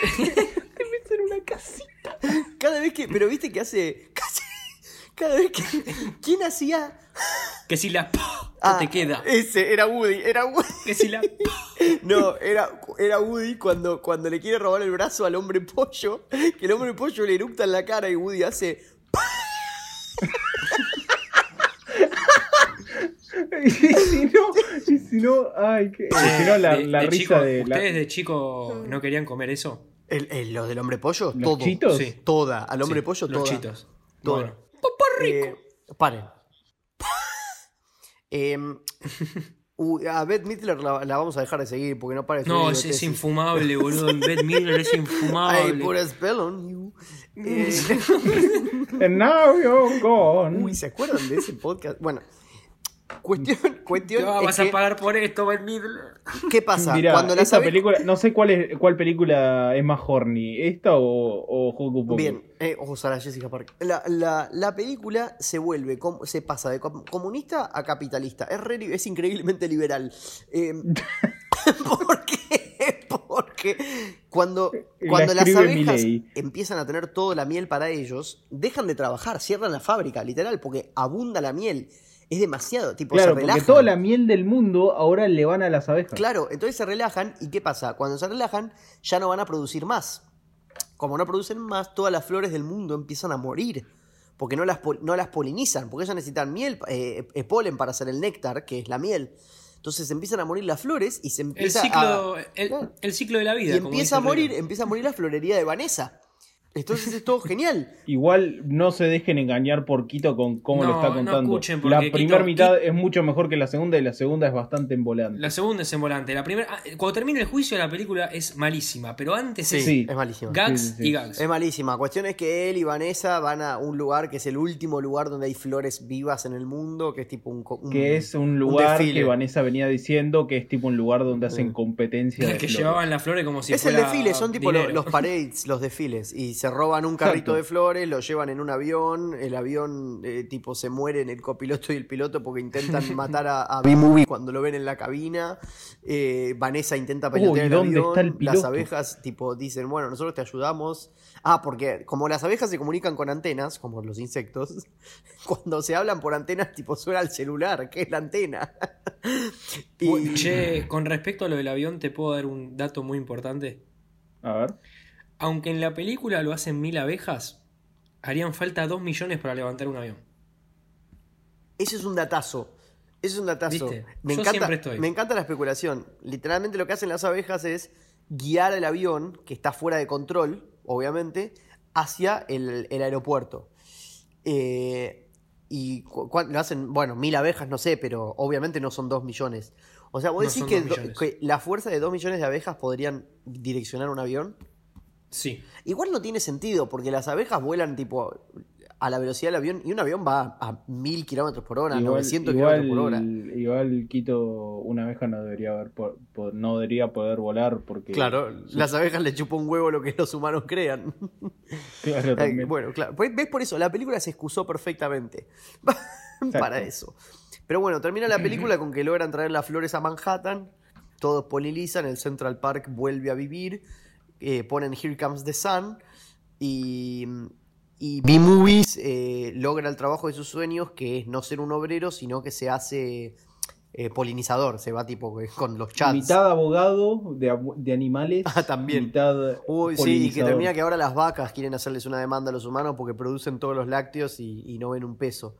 S3: ser una casita. Cada vez que. Pero viste que hace. casi- Cada vez que. ¿Quién hacía?
S4: Que si la p
S3: Ah,
S4: te queda.
S3: Ese, era Woody, era Woody.
S4: Que
S3: (laughs)
S4: si
S2: (laughs)
S4: la p
S3: No, era, era Woody cuando, cuando le quiere robar el brazo al hombre pollo, que el hombre pollo le eructa en la cara y Woody hace.
S2: (laughs) y si no, y si no, ay, que, si no la,
S4: de-
S2: la
S4: de
S2: risa
S4: chico,
S2: de la-
S4: ¿Ustedes de chico no querían comer eso?
S3: El, el- los del hombre pollo,
S2: los
S3: todo.
S2: chitos.
S4: Sí.
S3: Toda, al hombre
S4: Sí,
S3: pollo,
S4: los
S3: toda.
S4: chitos.
S3: Toda.
S4: Bueno,
S3: Eh, paren. (laughs) Em, Uy, a Beth Midler la, la vamos a dejar de seguir porque no parece.
S4: No, es, es infumable, boludo. Beth Miller
S3: (laughs)
S4: es
S3: I
S4: infumable.
S3: put a spell on you. Eh, (laughs)
S2: And now you're gone.
S3: uy, ¿se acuerdan de ese podcast? Bueno, cuestión, cuestión
S4: No,
S3: es
S4: vas
S3: que,
S4: a pagar por esto, Beth Midler.
S3: ¿qué pasa?
S2: Mirá,
S3: Cuando la
S2: esta
S3: sabe-
S2: película, no sé cuál es cuál película es más horny, esta o, o Hoku Poku.
S3: Bien, eh, ojo, Sara Jessica Park. La, la- la película se vuelve, com- se pasa de com- comunista a capitalista. Es, re li- es increíblemente liberal. Eh, ¿Por qué? (laughs) Porque cuando,
S2: La
S3: cuando las
S2: escribe
S3: abejas
S2: Milei.
S3: empiezan a tener toda la miel para ellos, dejan de trabajar, cierran la fábrica, literal, porque abunda la miel. Es demasiado, tipo,
S2: claro,
S3: se
S2: porque
S3: relajan.
S2: toda la miel del mundo ahora le van a las abejas.
S3: Claro, entonces se relajan y ¿qué pasa? Cuando se relajan ya no van a producir más. Como no producen más, todas las flores del mundo empiezan a morir porque no las, pol- no las polinizan, porque ellas necesitan miel, eh, eh, polen para hacer el néctar, que es la miel. Entonces empiezan a morir las flores y se
S4: El
S3: empieza a...
S4: ciclo, el, el ciclo de la vida.
S3: Y
S4: como
S3: empieza
S4: dice
S3: a morir,
S4: Herrera.
S3: empieza a morir la florería de Vanessa. Entonces es todo
S4: (laughs)
S3: genial.
S2: Igual no se dejen engañar por Quito con cómo
S4: No,
S2: lo está
S4: no
S2: contando.
S4: escuchen, porque
S2: la
S4: Quito-
S2: primera mitad es mucho mejor que la segunda y la segunda es bastante embolante.
S4: La segunda es en volante. La primera, ah, cuando termina el juicio, la película es malísima. Pero antes
S3: Sí,
S4: es
S2: Sí.
S3: es malísimo.
S4: gags
S2: Sí, sí, sí.
S4: y gags.
S3: Es malísima. Cuestión es que él y Vanessa van a un lugar que es el último lugar donde hay flores vivas en el mundo, que es tipo un... co- Mm. un-
S2: Que es un lugar
S3: desfile.
S2: que
S3: Mm.
S2: Vanessa venía diciendo que es tipo un lugar donde hacen competencia.
S4: que
S2: de flores.
S4: llevaban las flores como si
S3: es el
S4: fuera
S3: desfile, son tipo lo-
S4: dinero.
S3: los parades, los desfiles. Y se roban un carrito
S2: Exacto.
S3: de flores, lo llevan en un avión, el avión eh, tipo se mueren el copiloto y el piloto porque
S2: (laughs)
S3: intentan matar a, a B-Movie cuando lo ven en la cabina. Eh, Vanessa intenta
S2: Uy,
S3: pelotear el
S2: ¿dónde
S3: avión.
S2: está el
S3: las
S2: piloto?
S3: abejas tipo dicen, bueno, nosotros te ayudamos. Ah, porque como las abejas se comunican con antenas, como los insectos, (laughs) cuando se hablan por antenas tipo suena el celular, que es la antena. (laughs) Y-
S4: Bueno, Che, con respecto a lo del avión, te puedo dar un dato muy importante.
S2: A ver.
S4: Aunque en la película lo hacen mil abejas, harían falta dos millones para levantar un avión.
S3: Eso es un datazo. Eso es un datazo.
S4: ¿Viste?
S3: Me
S4: Yo
S3: encanta,
S4: siempre estoy.
S3: me encanta la especulación. Literalmente lo que hacen las abejas es guiar el avión, que está fuera de control, obviamente, hacia el, el aeropuerto. Eh, y cu- cu- lo hacen, bueno, mil abejas, no sé, pero obviamente no son dos millones. O sea, ¿vos
S4: No
S3: decís
S4: son
S3: que,
S4: dos
S3: do-
S4: millones.
S3: que la fuerza de dos millones de abejas podrían direccionar un avión?
S4: Sí.
S3: Igual no tiene sentido, porque las abejas vuelan tipo a la velocidad del avión y un avión va a mil kilómetros por hora, 900 kilómetros por hora.
S2: igual Quito, una abeja no debería, haber po- po- no debería poder volar porque...
S3: Claro, las abejas le chupa un huevo lo que los humanos crean.
S2: (laughs) Claro,
S3: Eh,
S2: también.
S3: bueno, claro. Pues, ¿Ves por eso? La película se excusó perfectamente (laughs) para eso. Pero bueno, termina la
S2: (clears throat)
S3: película con que logran traer las flores a Manhattan. Todos polinizan, el Central Park vuelve a vivir. eh, ponen Here Comes the Sun. Y, y B-Movies eh, logra el trabajo de sus sueños, que es no ser un obrero, sino que se hace eh, polinizador. Se va tipo eh, con los chats.
S2: mitad abogado de, ab- de animales,
S3: Ah, también.
S2: mitad
S3: Uy, sí, y que
S2: polinizador.
S3: termina que ahora las vacas quieren hacerles una demanda a los humanos porque producen todos los lácteos y, y no ven un peso.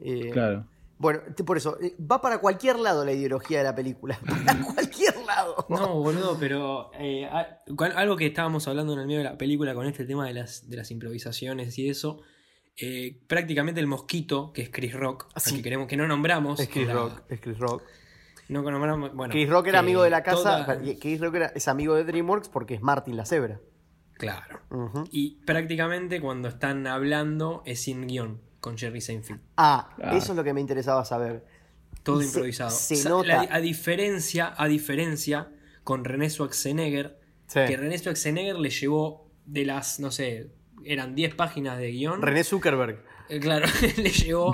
S3: Eh,
S2: Claro.
S3: Bueno, te- por eso, eh, va para cualquier lado la ideología de la película. (laughs) Para cualquier lado.
S4: No,
S3: (laughs)
S4: boludo, pero eh, a- cual- algo que estábamos hablando en el medio de la película con este tema de las, de las improvisaciones y eso, eh, prácticamente el mosquito, que es Chris Rock, al
S3: Ah, Sí.
S4: que queremos que no nombramos.
S3: Es Chris
S4: la-
S3: Rock, es Chris Rock.
S4: No nombramos, bueno,
S3: Chris Rock
S4: que
S3: era amigo de la casa.
S4: toda-
S3: y Chris Rock era- es amigo de DreamWorks porque es Martin la cebra.
S4: Claro.
S3: Ujú.
S4: Y prácticamente cuando están hablando es sin guión con Jerry Seinfeld.
S3: Ah,
S2: Ah.
S3: eso es lo que me interesaba saber.
S4: Todo
S3: Y se-
S4: improvisado.
S3: se
S4: O sea,
S3: nota.
S4: la- a diferencia, a diferencia con René Schwarzenegger,
S3: Sí.
S4: que René Schwarzenegger le llevó de las, no sé, eran 10 páginas de guión.
S3: René Zuckerberg.
S4: Eh, Claro, (laughs)
S3: (clears throat)
S4: le llegó,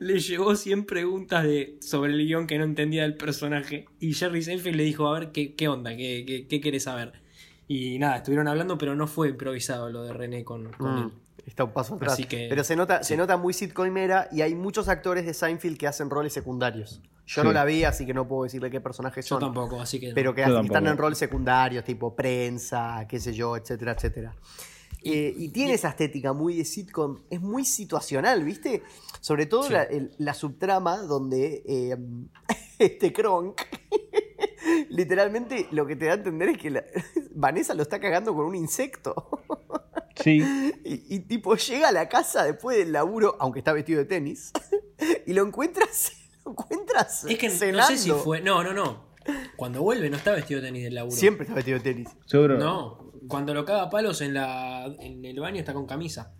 S4: le llegó 100 preguntas de, sobre el guión que no entendía del personaje. Y Jerry Seinfeld le dijo, a ver, ¿qué, qué onda? ¿Qué, qué, qué querés saber? Y nada, estuvieron hablando, pero no fue improvisado lo de René con, con
S3: Mm,
S4: él.
S3: Está un paso atrás.
S4: Así que-
S3: Pero se nota, se nota muy sitcomera y hay muchos actores de Seinfeld que hacen roles secundarios. Yo
S2: Sí.
S3: no la vi, así que no puedo decirle qué personajes
S4: Yo
S3: son.
S4: tampoco, así que... no.
S3: Pero que
S2: Yo
S3: hacen-
S2: tampoco.
S3: están en roles secundarios, tipo prensa, qué sé yo, etcétera, etcétera. Eh, y tiene esa estética muy de sitcom, es muy situacional, ¿viste? Sobre todo
S4: Sí.
S3: la, el- la subtrama donde eh, (laughs) este Kronk, (laughs) literalmente lo que te da a entender es que la- (laughs) Vanessa lo está cagando con un insecto.
S2: Sí,
S3: (laughs) Y, y, tipo (laughs) llega a la casa después del laburo, aunque está vestido de tenis, y lo encuentra, se- lo encuentra horas
S4: Es que no
S3: cenando.
S4: sé si fue. No, no, no. Cuando vuelve no está vestido de tenis del laburo.
S3: Siempre está metido en tenis.
S2: Seguro.
S4: No. Cuando lo caga a palos en, la, en el baño está con camisa.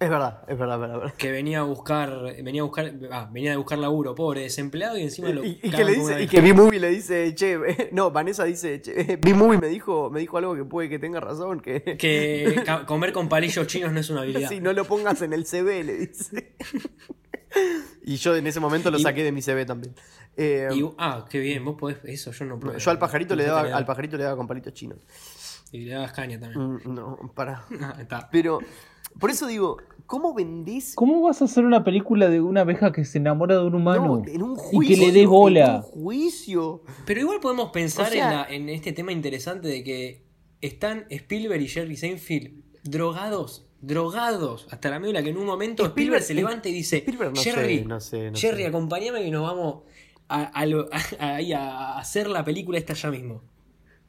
S3: Es verdad, es verdad, es verdad. es verdad.
S4: Que venía a buscar. Venía a buscar. Ah, venía a buscar laburo, pobre, desempleado y encima lo.
S3: Y, y que
S4: cagan
S3: le
S4: con una
S3: dice, y
S4: vez.
S3: que B-Movie le dice, che, (laughs) no, Vanessa dice, che, (laughs) B-Movie me dijo, me dijo algo que puede que tenga razón, (laughs) que
S4: que ca- comer con palillos chinos no es una habilidad.
S3: si no lo pongas en el CV, le dice. (laughs) y yo en ese momento lo
S4: Y-
S3: saqué de mi CV también. Eh,
S4: Y- ah, qué bien, vos podés. Eso yo no puedo.
S3: yo al pajarito le
S4: No sé
S3: daba,
S4: tener-
S3: al pajarito le daba con palitos chinos.
S4: Y le dabas caña también.
S3: Mm, No, para.
S4: (laughs) Ah, está.
S3: Pero, por eso digo, ¿cómo vendés
S2: ¿Cómo vas a hacer una película de una abeja que se enamora de un humano?
S3: No, en un
S2: y
S3: juicio,
S2: que le dé
S3: En un
S2: bola.
S3: juicio.
S4: Pero igual podemos pensar
S3: O sea-
S4: en, la- en este tema interesante de que están Spielberg y Jerry Seinfeld drogados, drogados, hasta la médula que en un momento Spielberg,
S3: Spielberg-
S4: se levanta y dice,
S3: Spielberg no sé,
S4: Jerry,
S3: no sé, no
S4: Jerry,
S3: sé".
S4: acompáñame que nos vamos a, a lo- (laughs) a- ahí a hacer la película esta ya mismo.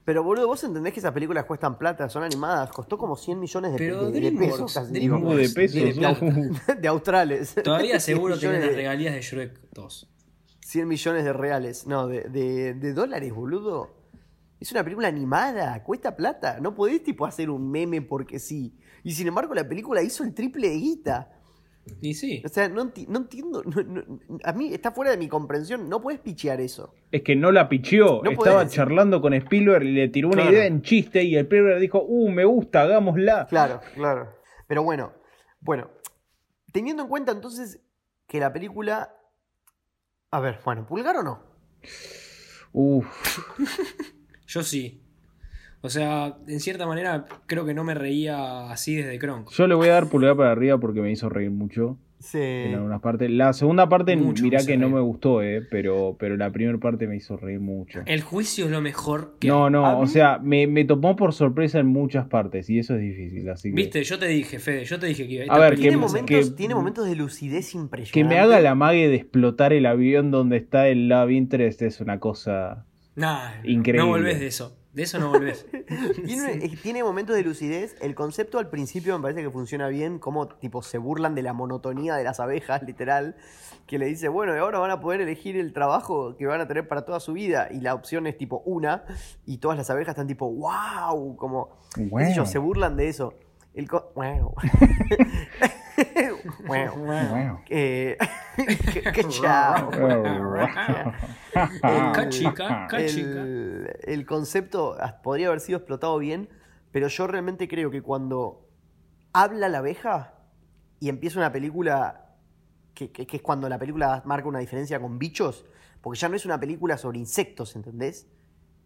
S3: Pero boludo, vos entendés que esas películas cuestan plata, son animadas, costó como 100 millones de,
S4: Pero
S3: de- de
S4: DreamWorks,
S3: pesos casi,
S4: DreamWorks.
S2: Como de pesos.
S4: De plata.
S2: (laughs) ¿no?
S3: digo, (laughs) de australes.
S2: (laughs)
S4: Todavía
S3: 100
S4: seguro tienen
S3: millones
S4: las
S3: de-
S4: regalías de Shrek 2.
S3: 100 millones de reales, no, de, de- de dólares, boludo. Es una película animada, cuesta plata. No podés tipo hacer un meme porque sí. Y sin embargo la película hizo el triple de guita.
S4: Y sí,
S3: O sea, no, enti- no entiendo. (laughs) no- no- a mí está fuera de mi comprensión. No podés pichear eso.
S2: Es que no la pichió.
S3: No
S2: Estaba
S3: podés.
S2: charlando con Spielberg y le tiró una
S4: Claro.
S2: idea en chiste y el Spielberg dijo, uh, me gusta, hagámosla.
S3: Claro, claro. Pero bueno, bueno, teniendo en cuenta entonces que la película. A ver, bueno, ¿pulgar o no?
S2: Uf,
S4: yo sí. O sea, en cierta manera creo que no me reía así desde Kronk.
S2: yo le voy a dar pulgar para arriba porque me hizo reír mucho
S3: Sí.
S2: en algunas partes. La segunda parte,
S4: Eh. Mucho me
S2: mirá
S4: hizo
S2: que no
S4: reír.
S2: me gustó, eh, pero, pero la primera parte me hizo reír mucho.
S4: El juicio es lo mejor Eh, que
S2: No,
S3: a
S2: no, o
S3: mí-
S2: sea, me, me tomó por sorpresa en muchas partes y eso es difícil, así que...
S4: Viste, yo te dije, Fede, yo te dije que iba
S2: A ver,
S3: Tiene,
S2: que-
S3: momentos,
S2: que-
S3: tiene momentos de lucidez impresionante.
S2: Que me haga la mague de explotar el avión donde está el Love Interest es una cosa.
S4: Nah,
S2: Increíble.
S4: No volvés de eso. De eso no
S2: (laughs)
S4: volvés.
S3: Tiene, eh, tiene momentos de lucidez. El concepto al principio me parece que funciona bien, como tipo se burlan de la monotonía de las abejas, literal, que le dice, bueno, y ahora van a poder elegir el trabajo que van a tener para toda su vida. Y la opción es tipo una, y todas las abejas están tipo, wow, como, qué sé
S2: Guau.
S3: yo, se burlan de eso. El co- (laughs) wow.
S1: (laughs)
S3: Wow.
S2: Wow.
S3: Eh, (laughs) qué- qué chao.
S4: Ah.
S3: El-
S4: Cachica, cachica.
S3: el, el concepto ah, podría haber sido explotado bien, pero yo realmente creo que cuando habla la abeja y empieza una película, que, que- que es cuando la película marca una diferencia con bichos, porque ya no es una película sobre insectos, ¿entendés?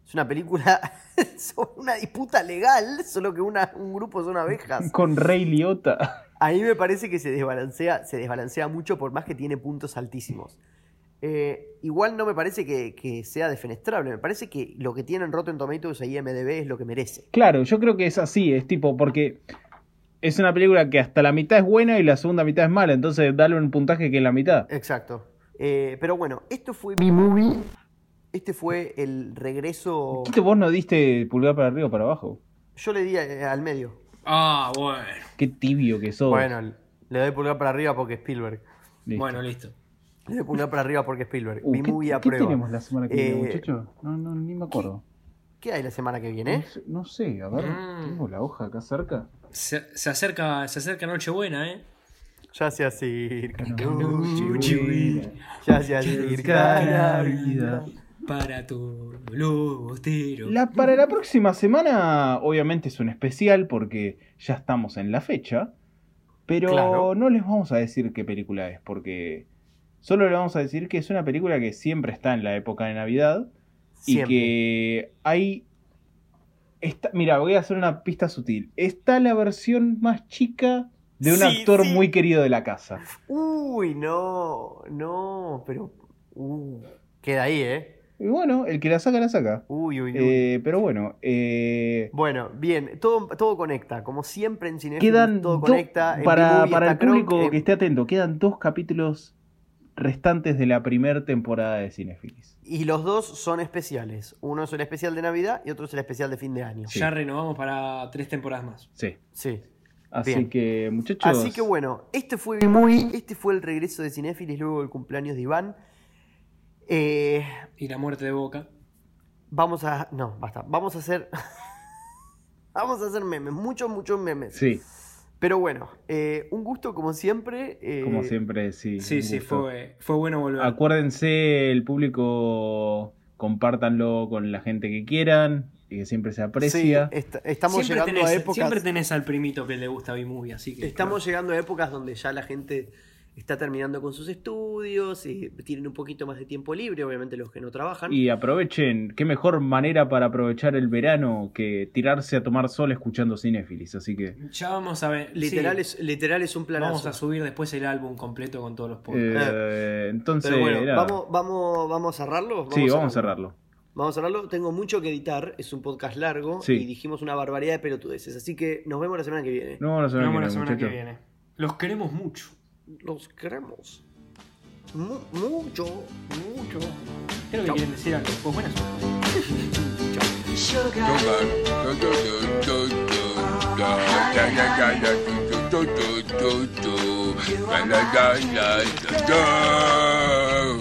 S3: Es una película (laughs) sobre una disputa legal, solo que una- un grupo son abejas.
S2: Con Rey Liotta.
S3: A mí me parece que se desbalancea, se desbalancea mucho por más que tiene puntos altísimos. Eh, igual no me parece que, que sea defenestrable. Me parece que lo que tienen Rotten Tomatoes e IMDB es lo que merece.
S2: Claro, yo creo que es así, es tipo, porque es una película que hasta la mitad es buena y la segunda mitad es mala, entonces dale un puntaje que es la mitad.
S3: Exacto. Eh, pero bueno, esto fue mi movie. Este fue el regreso.
S2: Quito, vos no diste pulgar para arriba o para abajo.
S3: Yo le di eh, al medio.
S4: Ah, bueno.
S2: Qué tibio que sos.
S3: Bueno, le doy pulgar para arriba porque Spielberg.
S2: Listo.
S4: Bueno, listo.
S3: Le doy pulgar para arriba porque Spielberg.
S2: Uh,
S3: mi
S2: ¿qué,
S3: movie
S2: qué
S3: aprueba.
S2: tenemos la semana que viene,
S3: Eh,
S2: muchachos? No, no, ni me acuerdo.
S3: ¿Qué hay la semana que viene?
S2: No, sé- no sé, a ver,
S4: Mm.
S2: tengo la hoja acá cerca.
S4: Se, se acerca, se acerca Nochebuena, ¿eh?
S3: Ya se acerca.
S4: Nochebuena
S3: Ya se
S2: Cada
S3: acerca
S2: vida.
S3: Navidad.
S4: para tu lobostero.
S2: La- para la próxima semana, obviamente es un especial porque ya estamos en la fecha, pero
S3: Claro.
S2: no les vamos a decir qué película es, porque solo les vamos a decir que es una película que siempre está en la época de Navidad
S3: Siempre.
S2: y que hay... está- mira, voy a hacer una pista sutil. Está la versión más chica de un
S3: Sí,
S2: actor
S3: sí.
S2: muy querido de la casa.
S3: Uy, no, no, pero. uh, queda ahí, ¿eh?
S2: Y bueno, el que la saca, la saca.
S3: Uy, uy, uy.
S2: Eh, pero bueno, eh,
S3: bueno, bien, todo, todo conecta. Como siempre en cine,
S2: Quedan
S3: todo
S2: do-
S3: conecta. En
S2: para,
S3: B-Movie
S2: para el
S3: está Kronk,
S2: público
S3: eh,
S2: que esté atento, quedan dos capítulos restantes de la primera temporada de Cinefilis.
S3: Y los dos son especiales. Uno es el especial de Navidad y otro es el especial de fin de año.
S2: Sí.
S4: Ya renovamos para tres temporadas más.
S2: Sí.
S3: Sí.
S2: Así
S3: Bien.
S2: que, muchachos.
S3: Así que bueno, este fue muy, este fue el regreso de Cinéfilis luego del cumpleaños de Iván. Eh,
S4: Y la muerte de Boca.
S3: vamos a. No, basta. Vamos a hacer. (laughs) vamos a hacer memes. Muchos, muchos memes.
S2: Sí,
S3: Pero bueno, eh, un gusto como siempre. eh,
S2: como siempre, sí.
S4: Sí,
S2: un
S4: sí,
S2: gusto.
S4: fue, fue bueno volver.
S2: Acuérdense, el público, compártanlo con la gente que quieran y que siempre se
S3: sí, eh,
S2: aprecia.
S3: est- estamos
S4: siempre,
S3: llegando
S4: tenés,
S3: a épocas.
S4: siempre tenés al primito que le gusta B-Movie, así que.
S3: Estamos llegando a épocas donde ya la gente está terminando con sus estudios y tienen un poquito más de tiempo libre, obviamente los que no trabajan.
S2: Y aprovechen, qué mejor manera para aprovechar el verano que tirarse a tomar sol escuchando cinéfilis. Así que
S4: Ya vamos a ver.
S3: literal, es,
S4: sí,
S3: literal es un planazo.
S4: Vamos a subir después el álbum completo con todos los podcasts.
S2: eh, entonces,
S3: Pero bueno,
S2: nada.
S3: vamos, vamos, vamos a cerrarlo.
S2: sí, vamos a cerrarlo.
S3: Vamos a cerrarlo. Tengo mucho que editar, es un podcast largo
S2: Sí.
S3: y dijimos una barbaridad de pelotudeces. Así que nos vemos la semana que viene.
S2: Nos vemos la
S4: Nos
S2: semana,
S4: vemos
S2: que
S4: la
S2: viene,
S4: semana que
S2: muchachos.
S4: viene. Los queremos mucho.
S3: Los queremos. Mu- mucho.
S4: Mucho. Creo que quieren decir algo. Pues buenas
S1: Sugar,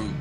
S6: Go.